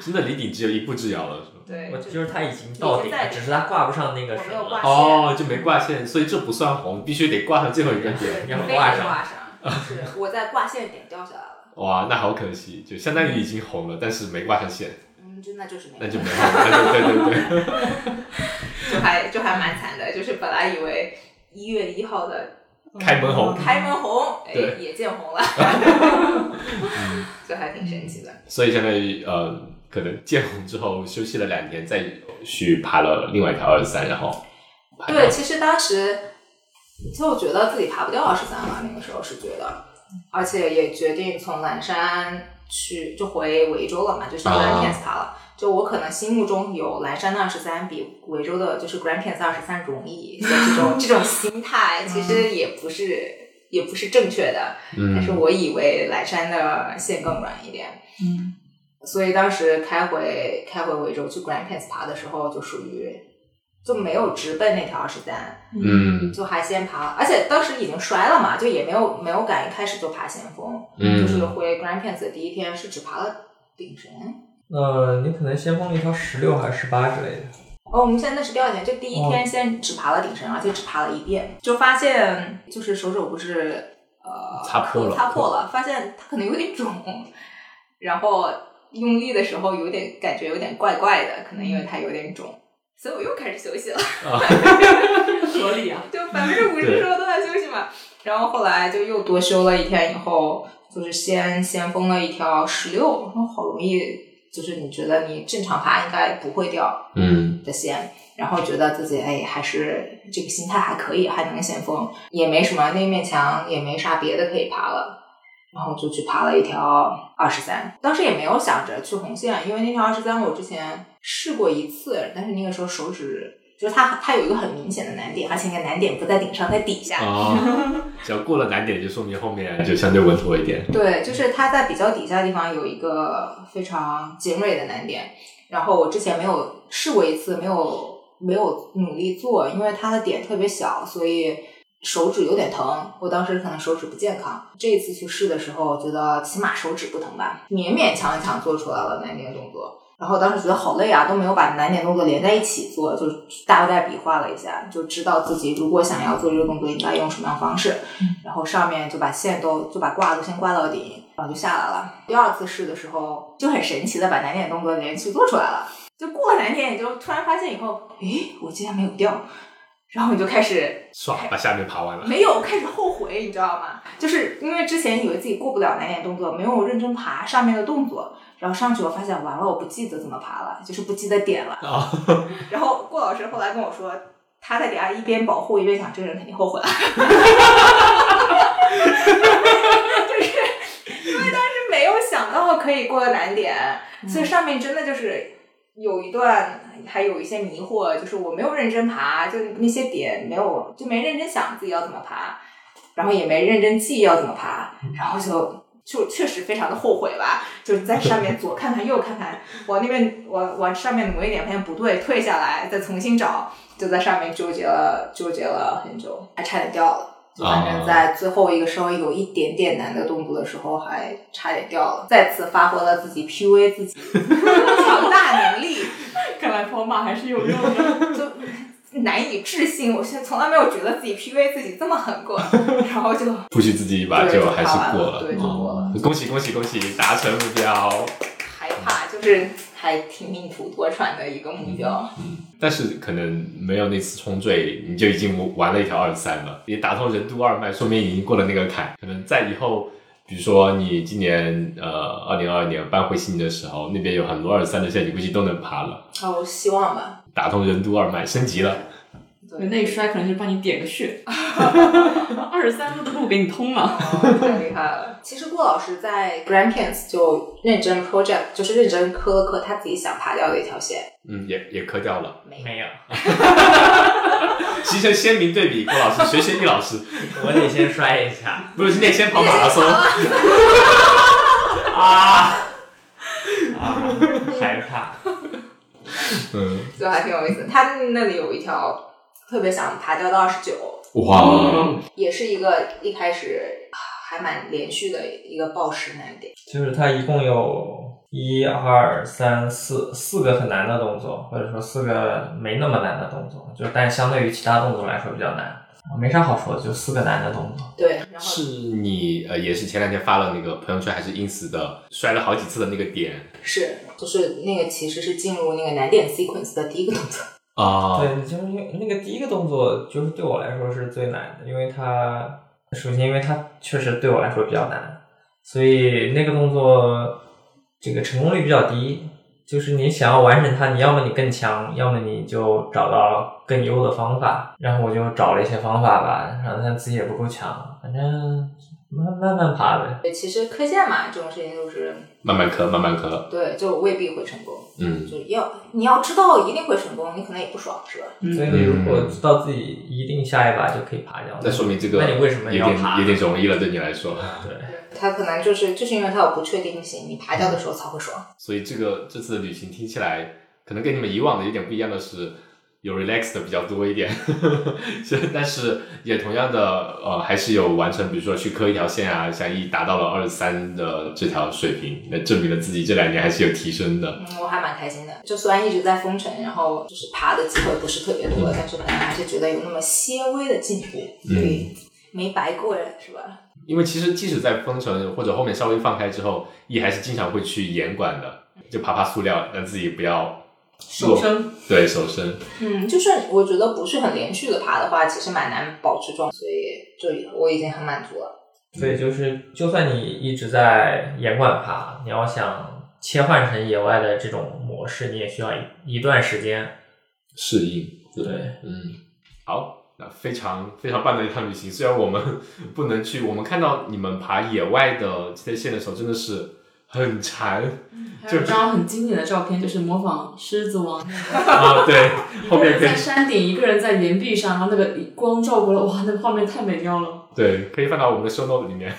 S1: 真的离顶只有一步之遥了，是吧？
S3: 对，
S2: 我
S3: 就
S2: 就是他已经到顶了，只是他 挂不上那个绳
S3: 我没有
S2: 了。
S3: 挂线
S1: 哦，就没挂线，所以这不算红，必须得挂上最后一个点。
S2: 你要
S3: 非得
S2: 挂上
S3: 挂 上，是我在挂线点掉下来了。
S1: 哇，那好可惜，就相当于已经红了，但是没挂上线，
S3: 嗯，真的就是没
S1: 那就
S3: 有
S1: 没红了。对对对对，
S3: 就还就还蛮惨的，就是本来以为一月一号的
S1: 开门
S4: 嗯
S1: 红
S3: 开门红，哎
S1: 对，
S3: 也见红了， 就还挺神奇的。
S1: 所以相当于呃，可能见红之后休息了两天，再去爬了另外一条二三，然后爬到
S3: 对，其实当时就觉得自己爬不掉二十三了，那个时候是觉得，而且也决定从蓝山去就回维州了嘛，就是 Grand
S1: 啊
S3: Pens 爬了。就我可能心目中有蓝山的二十三比维州 的就是 Grand Pens 二十三容易，所以这种这种心态其实也不是。也不是正确的，但哎是
S1: 嗯，
S3: 我以为蓝山的线更软一点，
S4: 嗯，
S3: 所以当时开回开回维州去 Grand Pass 爬的时候，就属于就没有直奔那条二十三，
S1: 嗯
S3: 就还先爬，而且当时已经摔了嘛，就也没有没有敢一开始就爬先锋，
S1: 嗯
S3: 就是回 Grand Pass 的第一天是只爬了顶绳。
S2: 呃，你可能先锋了一条十六还是十八之类的。
S3: 哦，我们现在那是第二天，就第一天先只爬了顶绳，而且只爬了一遍，就发现就是手肘不是呃
S1: 擦破了
S3: 擦破了，发现它可能有点肿，然后用力的时候有点感觉有点怪怪的，可能因为它有点肿，所以我又开始休息了。
S4: 合理啊。
S3: 就百分之五十时候都在休息嘛。然后后来就又多休了一天，以后就是先先封了一条十六，然后好容易就是你觉得你正常爬应该不会掉
S1: 嗯
S3: 的线，然后觉得自己哎还是这个心态还可以，还能先封，也没什么那面墙也没啥别的可以爬了。然后就去爬了一条二十三，当时也没有想着去红线，因为那条二十三我之前试过一次，但是那个时候手指就是它它有一个很明显的难点，而且那个难点不在顶上，在底下。
S1: 哦，只要过了难点，就说明后面就相对稳妥一点。
S3: 对，就是它在比较底下的地方有一个非常尖锐的难点，然后我之前没有试过一次，没有没有努力做，因为它的点特别小，所以手指有点疼。我当时可能手指不健康，这一次去试的时候，觉得起码手指不疼吧，勉勉强强做出来了难点动作。然后当时觉得好累啊，都没有把难点动作连在一起做，就大概比划了一下，就知道自己如果想要做这个动作，应该用什么样的方式。然后上面就把线都就把挂都先挂到顶，然后就下来了。第二次试的时候就很神奇的把难点动作连续做出来了，就过了难点，你就突然发现以后，诶，我竟然没有掉，然后你就开始
S1: 唰，把下面爬完了。
S3: 没有开始后悔，你知道吗？就是因为之前以为自己过不了难点动作，没有认真爬上面的动作，然后上去我发现完了，我不记得怎么爬了，就是不记得点了。
S1: 啊，
S3: 然后郭老师后来跟我说，他在底下一边保护一边想，这个人肯定后悔了。 就是因为当时没有想到可以过个难点，所以上面真的就是有一段还有一些迷惑，就是我没有认真爬，就那些点没有就没认真想自己要怎么爬，然后也没认真记要怎么爬，然后就。就确实非常的后悔吧，就是在上面左看看右看看，往那边往往上面挪一点，发现不对，退下来，再重新找，就在上面纠结了纠结了很久，还差点掉了。就反正在最后一个稍微有一点点难的动作的时候，还差点掉了，再次发挥了自己 PUA 自己强大能力，
S4: 看来跑马还是有用的。
S3: 就难以置信。我现在从来没有觉得自己 PUA 自己这么狠过，然后就
S1: 不许自己一把，
S3: 对
S1: 就
S3: 就
S1: 还是
S3: 爬完
S1: 过
S3: 了对就过
S1: 嗯
S3: 了
S1: 恭喜恭喜恭喜，达成目标。
S3: 害怕，就是还挺命途多舛的一个目标。
S1: 但是可能没有那次冲坠，你就已经玩了一条二三了，你打通任督二脉，说明已经过了那个坎。可能在以后，比如说你今年呃二零二二年搬回悉尼的时候，那边有很多二三的线，你估计都能爬了。
S3: 啊，我希望吧。
S1: 打通任督二脉，升级了。
S3: 对
S4: 那一摔可能就帮你点个 穴，二十三路的路给你通了。
S3: 哦，太厉害 了！其实郭老师在 Grand Pants 就认真 project，就是认真磕了磕他自己想爬掉的一条线。
S1: 嗯，也也磕掉了，
S3: 没
S2: 没有，
S1: 形成鲜明对比。郭老师学学易老师，
S2: 我得先摔一下
S1: 不是今天先跑马拉 松，
S2: 啊啊！害怕。
S1: 嗯，
S3: 就还挺有意思。他那里有一条特别想爬掉到二十九，
S1: 哇，
S3: 也是一个一开始还蛮连续的一个暴食难点。
S2: 就是它一共有一二三四四个很难的动作，或者说四个没那么难的动作，就但相对于其他动作来说比较难。啊没啥好说的，就四个难的动作。
S3: 对，然后
S1: 是你呃，也是前两天发了那个朋友圈，还是 ins 的，摔了好几次的那个点
S3: 是就是那个其实是进入那个难点 sequence 的第一个动作。
S1: 啊，
S2: 对，就是因为那个第一个动作，就是对我来说是最难的，因为它首先因为它确实对我来说比较难，所以那个动作这个成功率比较低。就是你想要完成它，你要么你更强，要么你就找到更优的方法。然后我就找了一些方法吧，然后但自己也不够强，反正慢慢慢爬呗。
S3: 对，其实科研嘛，这种事情就是
S1: 慢慢磕，慢慢磕，
S3: 对，就未必会成功。
S1: 嗯，
S3: 就要你要知道一定会成功，你可能也不爽，是吧？
S4: 嗯
S2: 所以如果知道自己一定下一把就可以爬掉，
S1: 那说明这个
S2: 那你为什么
S1: 有
S2: 要
S1: 点
S2: 爬？
S1: 有点容易了，对你来说。
S3: 它可能就是就是因为它有不确定性，你爬掉的时候才会爽。
S1: 所以这个这次的旅行听起来，可能跟你们以往的有点不一样的是，有 relax 的比较多一点， 是但是也同样的呃，还是有完成，比如说去磕一条线啊，像一达到了二十三的这条水平，那证明了自己这两年还是有提升的。
S3: 嗯，我还蛮开心的。就虽然一直在封城，然后就是爬的机会不是特别多，但是可能还是觉得有那么些微的进步，
S1: 嗯
S3: 对，没白过人，是吧？
S1: 因为其实即使在封城或者后面稍微放开之后，一还是经常会去严管的，就爬爬塑料，让自己不要
S4: 手生
S1: 对手伸。
S3: 嗯，就是我觉得不是很连续的爬的话，其实蛮难保持状态，所以就我已经很满足了。
S2: 所以就是，就算你一直在严管爬，你要想切换成野外的这种模式，你也需要一一段时间。
S1: 适应。
S2: 对，
S1: 嗯，好，那非常非常棒的一趟旅行。虽然我们不能去，我们看到你们爬野外的这些线的时候，真的是很馋
S4: 还有一张很经典的照片，就是模仿《狮子王》那个。
S1: 啊。 对， 后面可以
S4: 在山顶，一个人在岩壁上，然后那个光照过来，哇，那画面太美妙了。
S1: 对可以放到我们的 show note 里面。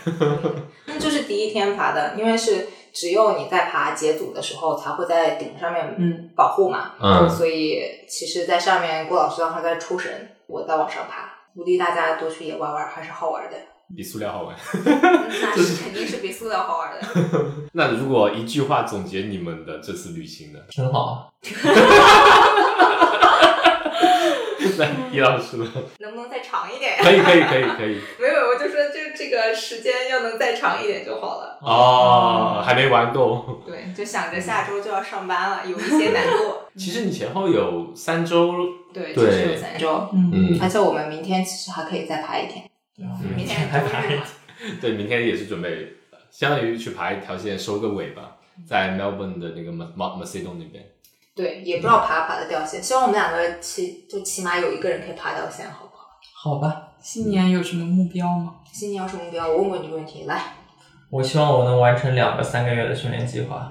S3: 那就是第一天爬的，因为是只有你在爬节组的时候才会在顶上面
S4: 嗯，
S3: 保护嘛，
S1: 嗯
S3: 所以其实，在上面郭老师当时在出神，我在往上爬，鼓励大家多去野外玩，还是好玩的。
S1: 比塑料好玩。
S3: 那是肯定是比塑料好玩的。
S1: 那如果一句话总结你们的这次旅行 呢？
S2: 挺好。啊
S1: 那易老师呢？
S3: 能不能再长一点？
S1: 可以，可以，可以，可 以。
S3: 没有，我就说就这个时间要能再长一点就好了。
S1: 哦，还没玩够。
S3: 对，就想着下周就要上班了，有一些难过。
S1: 其实你前后有三周，
S3: 对，
S1: 对
S3: 就是有三周。
S4: 嗯，
S1: 嗯，
S3: 而且我们明天其实还可以再爬一天，嗯明天
S2: 啊还
S3: 周
S2: 爬
S3: 日
S2: 一
S3: 嘛。
S1: 对，明天也是准备，相当于去爬一条线收个尾吧，
S3: 嗯
S1: 在 Melbourne 的那个 Mac Macedon 那边。
S3: 对，也不知道爬不爬得掉线，希望我们两个起就起码有一个人可以爬掉线，好不好？
S2: 好吧，
S4: 新年有什么目标吗？
S3: 新年有什么目标？我问过你这个问题，来，
S2: 我希望我能完成两个三个月的训练计划。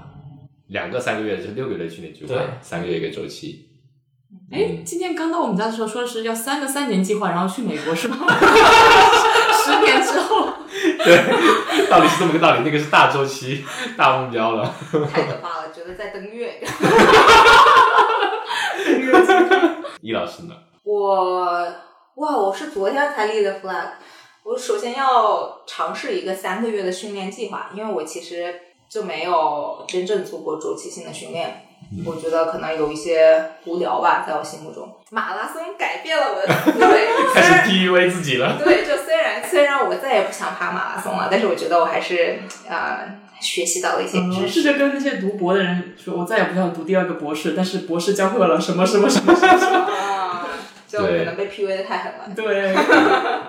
S1: 两个三个月就是六个月的训练计
S2: 对
S1: 划，三个月一个周 期。
S4: 哎，今天刚到我们家的时候说是要三个三年计划，然后去美国是吗？ 十年之后，
S1: 对， 道理是这么个道理，那个是大周期、 大目标了。
S3: 太可怕了，觉得在登月。
S1: 易老师呢？
S3: 我哇，我是昨天才立的 flag。我首先要尝试一个三个月的训练计划，因为我其实就没有真正做过周期性的训练。
S1: 嗯
S3: 我觉得可能有一些无聊吧，在我心目中，马拉松改变了我的思维。虽
S1: 开始
S3: 然
S1: PUA 自己 了。
S3: 对，就虽然虽然我再也不想爬马拉松了，但是我觉得我还是呃学习到了一些知
S4: 嗯
S3: 识。
S4: 试着跟那些读博的人说，我再也不想读第二个博士，但是博士教会了什么什么什么什么
S1: 嗯
S4: 什么。
S3: 啊， 就可能被 PUA 的太狠了。
S4: 对，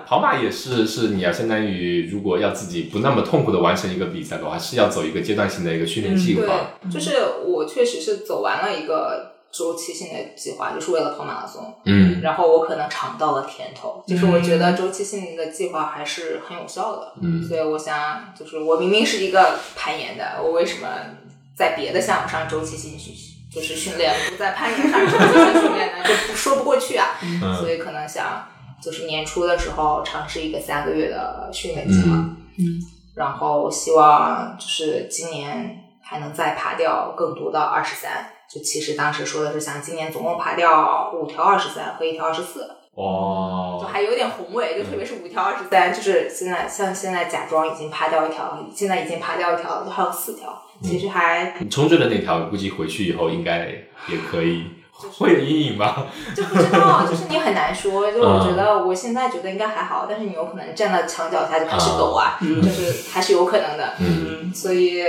S1: 跑马也是，是你要相当于，如果要自己不那么痛苦的完成一个比赛的话，是要走一个阶段性的一个训练计划。
S3: 对，就是我确实是走完了一个周期性的计划，就是为了跑马拉松。
S1: 嗯
S3: 然后我可能尝到了甜头，就是我觉得周期性的计划还是很有效的。
S1: 嗯，
S3: 所以我想，就是我明明是一个攀岩的，我为什么在别的项目上周期性训就是训练，不在攀岩上周期性训练呢？这不说不过去啊。
S1: 嗯
S3: 所以可能想就是年初的时候尝试一个三个月的训练计划，
S1: 嗯
S4: 嗯
S3: 然后希望就是今年还能再爬掉更多的二十三。就其实当时说的是想今年总共爬掉五条二十三和一条二十四，就
S1: 哦，
S3: 还有点宏伟，就特别是五条二十三，就是现在像现在假装已经爬掉一条，现在已经爬掉一条了，都还有四条，
S1: 嗯
S3: 其实还
S1: 你冲追的那条，估计回去以后应该也可以，会有阴影吧？
S3: 就不知道，就是你很难说。就
S1: 嗯
S3: 我觉得我现在觉得应该还好，但是你有可能站到墙脚下就开始抖啊，
S4: 嗯
S3: 就是还是有可能的。
S1: 嗯
S4: 嗯
S3: 所以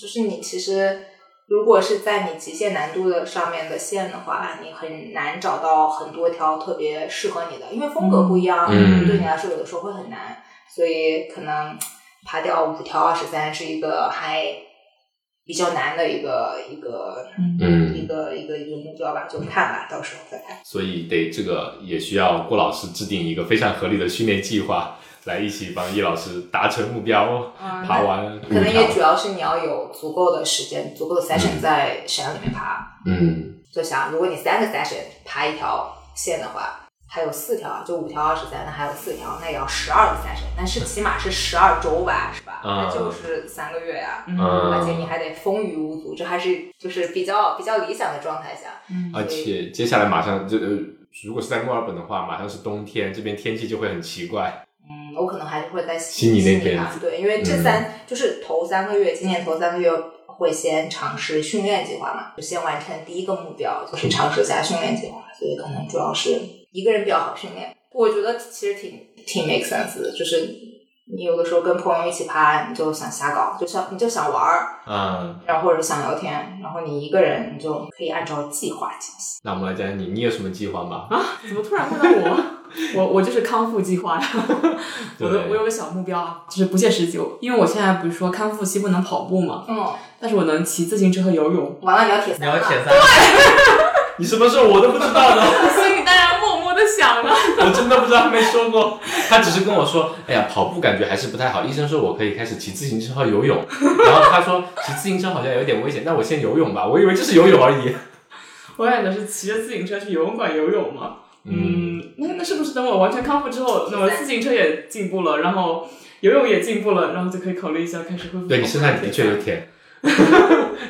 S3: 就是你其实如果是在你极限难度的上面的线的话，你很难找到很多条特别适合你的，因为风格不一样，
S1: 嗯
S3: 对你来说有的时候会很难，所以可能爬掉五条二十三是一个还。比较难的一个一个
S1: 嗯，
S3: 一个一个一个目标吧，就看吧，到时候再看。
S1: 所以得这个也需要郭老师制定一个非常合理的训练计划，来一起帮叶老师达成目标，
S3: 嗯
S1: 爬完五
S3: 可能也
S1: 条。
S3: 主要是你要有足够的时间，足够的 session
S1: 嗯
S3: 在山里面爬。
S1: 嗯
S3: 就想，如果你三个 session 爬一条线的话，还有四条，啊就五条二十三，那还有四条，那也要十二个 session，那是起码是十二周吧，是吧？
S1: 啊
S3: 那就是三个月呀、
S4: 嗯
S3: 而且你
S1: 嗯，
S3: 还得风雨无阻，这还是就是比较比较理想的状态下。
S4: 嗯
S1: 而且啊接下来马上就，呃如果是在墨尔本的话，马上是冬天，这边天气就会很奇怪。
S3: 嗯，我可能还是会在
S1: 悉尼那边
S3: 爬对，因为这三、就是头三个月，今年头三个月会先尝试训练计划嘛，就先完成第一个目标，就是尝试一下训练计划，所以可能主要是一个人比较好训练。我觉得其实挺挺 make sense 的，就是你有的时候跟朋友一起爬，你就想瞎搞，就想你就想玩儿，
S1: 嗯，
S3: 然后或者想聊天，然后你一个人你就可以按照计划进行。
S1: 那我们来讲讲你，你有什么计划吗？
S4: 啊，怎么突然问到我？我我就是康复计划 呀，我的
S1: 对
S4: 我有个小目标啊，就是不切实际。因为我现在不是说康复期不能跑步嘛，
S3: 嗯，
S4: 但是我能骑自行车和游泳，
S3: 完了你要铁三
S2: 了
S3: 了，
S2: 解三，
S1: 你什么时候我都不知道呢？
S4: 所以你当然默默的想 了。
S1: 我真的不知道，没说过。他只是跟我说，哎呀，跑步感觉还是不太好。医生说我可以开始骑自行车和游泳， 然后他说骑自行车好像有点危险，那我先游泳吧。我以为就是游泳而已。
S4: 我想的是骑着自行车去游泳馆游泳嘛。
S1: 嗯，
S4: 嗯，那那是不是等我完全康复之后，那我自行车也进步了，然后游泳也进步了，然后就可以考虑一下开始恢复？
S1: 对你身上的确有 铁，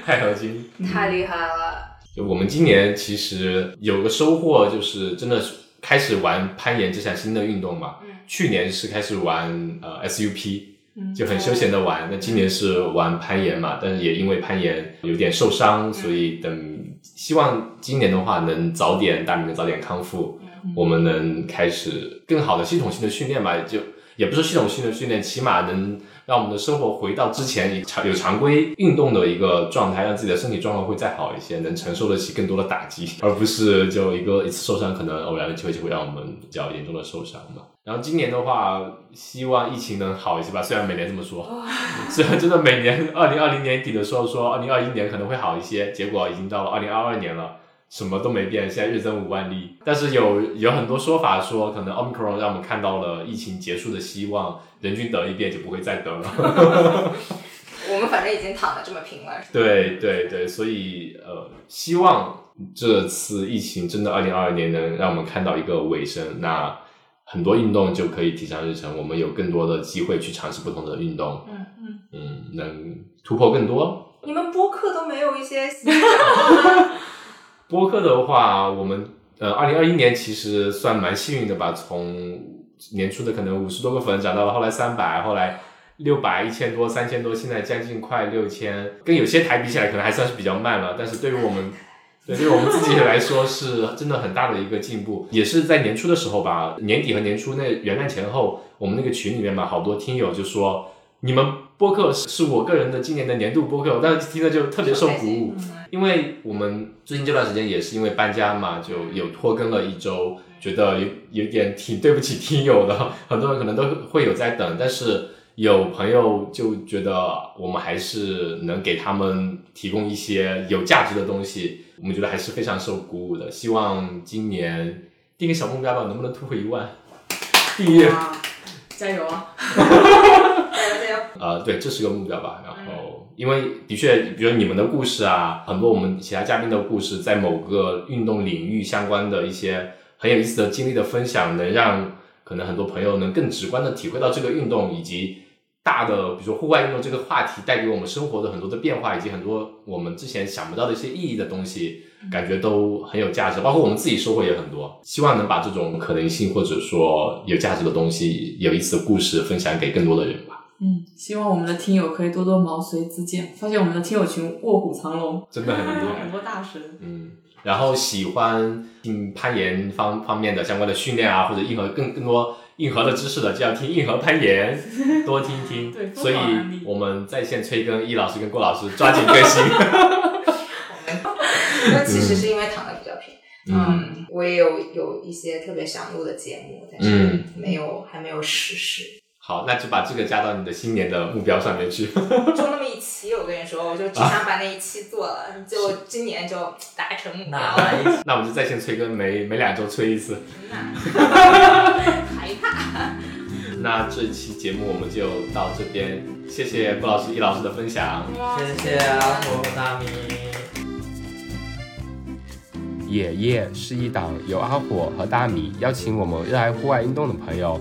S1: 钛合金。
S3: 太厉害 了，
S1: 就我们今年其实有个收获，就是真的是开始玩攀岩这项新的运动嘛。
S3: 嗯
S1: 去年是开始玩呃 SUP，
S4: 嗯
S1: 就很休闲的玩。那今年是玩攀岩嘛，但是也因为攀岩有点受伤，所以等希望今年的话能早点大明能早点康复，我们能开始更好的系统性的训练吧，就。也不是系统性的训练，起码能让我们的生活回到之前有常有常规运动的一个状态，让自己的身体状况会再好一些，能承受得起更多的打击，而不是就一个一次受伤，可能偶然就会就会让我们比较严重的受伤嘛。然后今年的话，希望疫情能好一些吧，虽然每年这么说， 虽然真的每年二零二零年底的时候说二零二一年可能会好一些，结果已经到了二零二二年了。什么都没变，现在日增五万例。但是有有很多说法说，可能 Omicron 让我们看到了疫情结束的希望，人均得一遍就不会再得了。
S3: 我们反正已经躺的这么平了，
S1: 对对对，所以呃，希望这次疫情真的二零二二年能让我们看到一个尾声。那很多运动就可以提上日程，我们有更多的机会去尝试不同的运动。
S3: 嗯
S4: 嗯
S1: 嗯，能突破更多。
S3: 你们播客都没有 一些
S1: 播客的话，我们呃，二零二一年其实算蛮幸运的吧，从年初的可能五十多个粉涨到了后来三百，后来六百、一千多、三千多，现在将近快六千，跟有些台比起来可能还算是比较慢了，但是对于我们。 对，对于我们自己来说是真的很大的一个进步，也是在年初的时候吧，呃年底和年初那元旦前后，我们那个群里面嘛，好多听友就说你们播客是是我个人的今年的年度播客，我当时听了就特别受鼓舞，因为我们最近这段时间也是因为搬家嘛，就有拖更了一周，觉得有有点挺对不起听友的，很多人可能都会有在等，但是有朋友就觉得我们还是能给他们提供一些有价值的东西，我们觉得还是非常受鼓舞的。希望今年定个小目标吧，能不能突破一万订
S3: 嗯
S1: 阅？
S4: 哇加油啊！
S1: 呃，对，这是个目标吧。然后，因为的确，比如你们的故事啊，很多我们其他嘉宾的故事，在某个运动领域相关的一些很有意思的经历的分享，能让可能很多朋友能更直观的体会到这个运动以及大的，比如说户外运动这个话题带给我们生活的很多的变化，以及很多我们之前想不到的一些意义的东西，感觉都很有价值。包括我们自己收获也很多，希望能把这种可能性或者说有价值的东西、有意思的故事分享给更多的人吧。
S4: 嗯，希望我们的听友可以多多毛遂自荐，发现我们的听友群卧虎藏龙，
S1: 真的很厉
S4: 有
S1: 害
S4: 很。多大神。
S1: 嗯，然后喜欢听攀岩方方面的相关的训练啊，或者硬核更更多硬核的知识的，就要听硬核攀 岩，多听一听。
S4: 对
S1: 所以
S4: 疯狂安利
S1: 我们在线催更，易老师跟郭老师抓紧更 新。
S3: 那其实是因为躺的比较平。
S1: 嗯，
S3: 嗯，我也有有一些特别想录的节目，但是
S1: 嗯
S3: 没有还没有实施。
S5: 好，那就把这个加到你的新年的目标上 面去。
S3: 就那么一期，我跟你说，我就只想把那一期 做了，就今年就达成目标
S2: 那
S3: 了。
S5: 那我们就在线催更，每每两周催一次。
S3: 害怕。
S1: 嗯
S5: 那这期节目我们就到这边，谢谢顾老师、易老师的分享。
S2: 谢谢啊阿虎大米。
S5: 野夜是一档由阿火和大米邀请我们热爱户外运动的朋友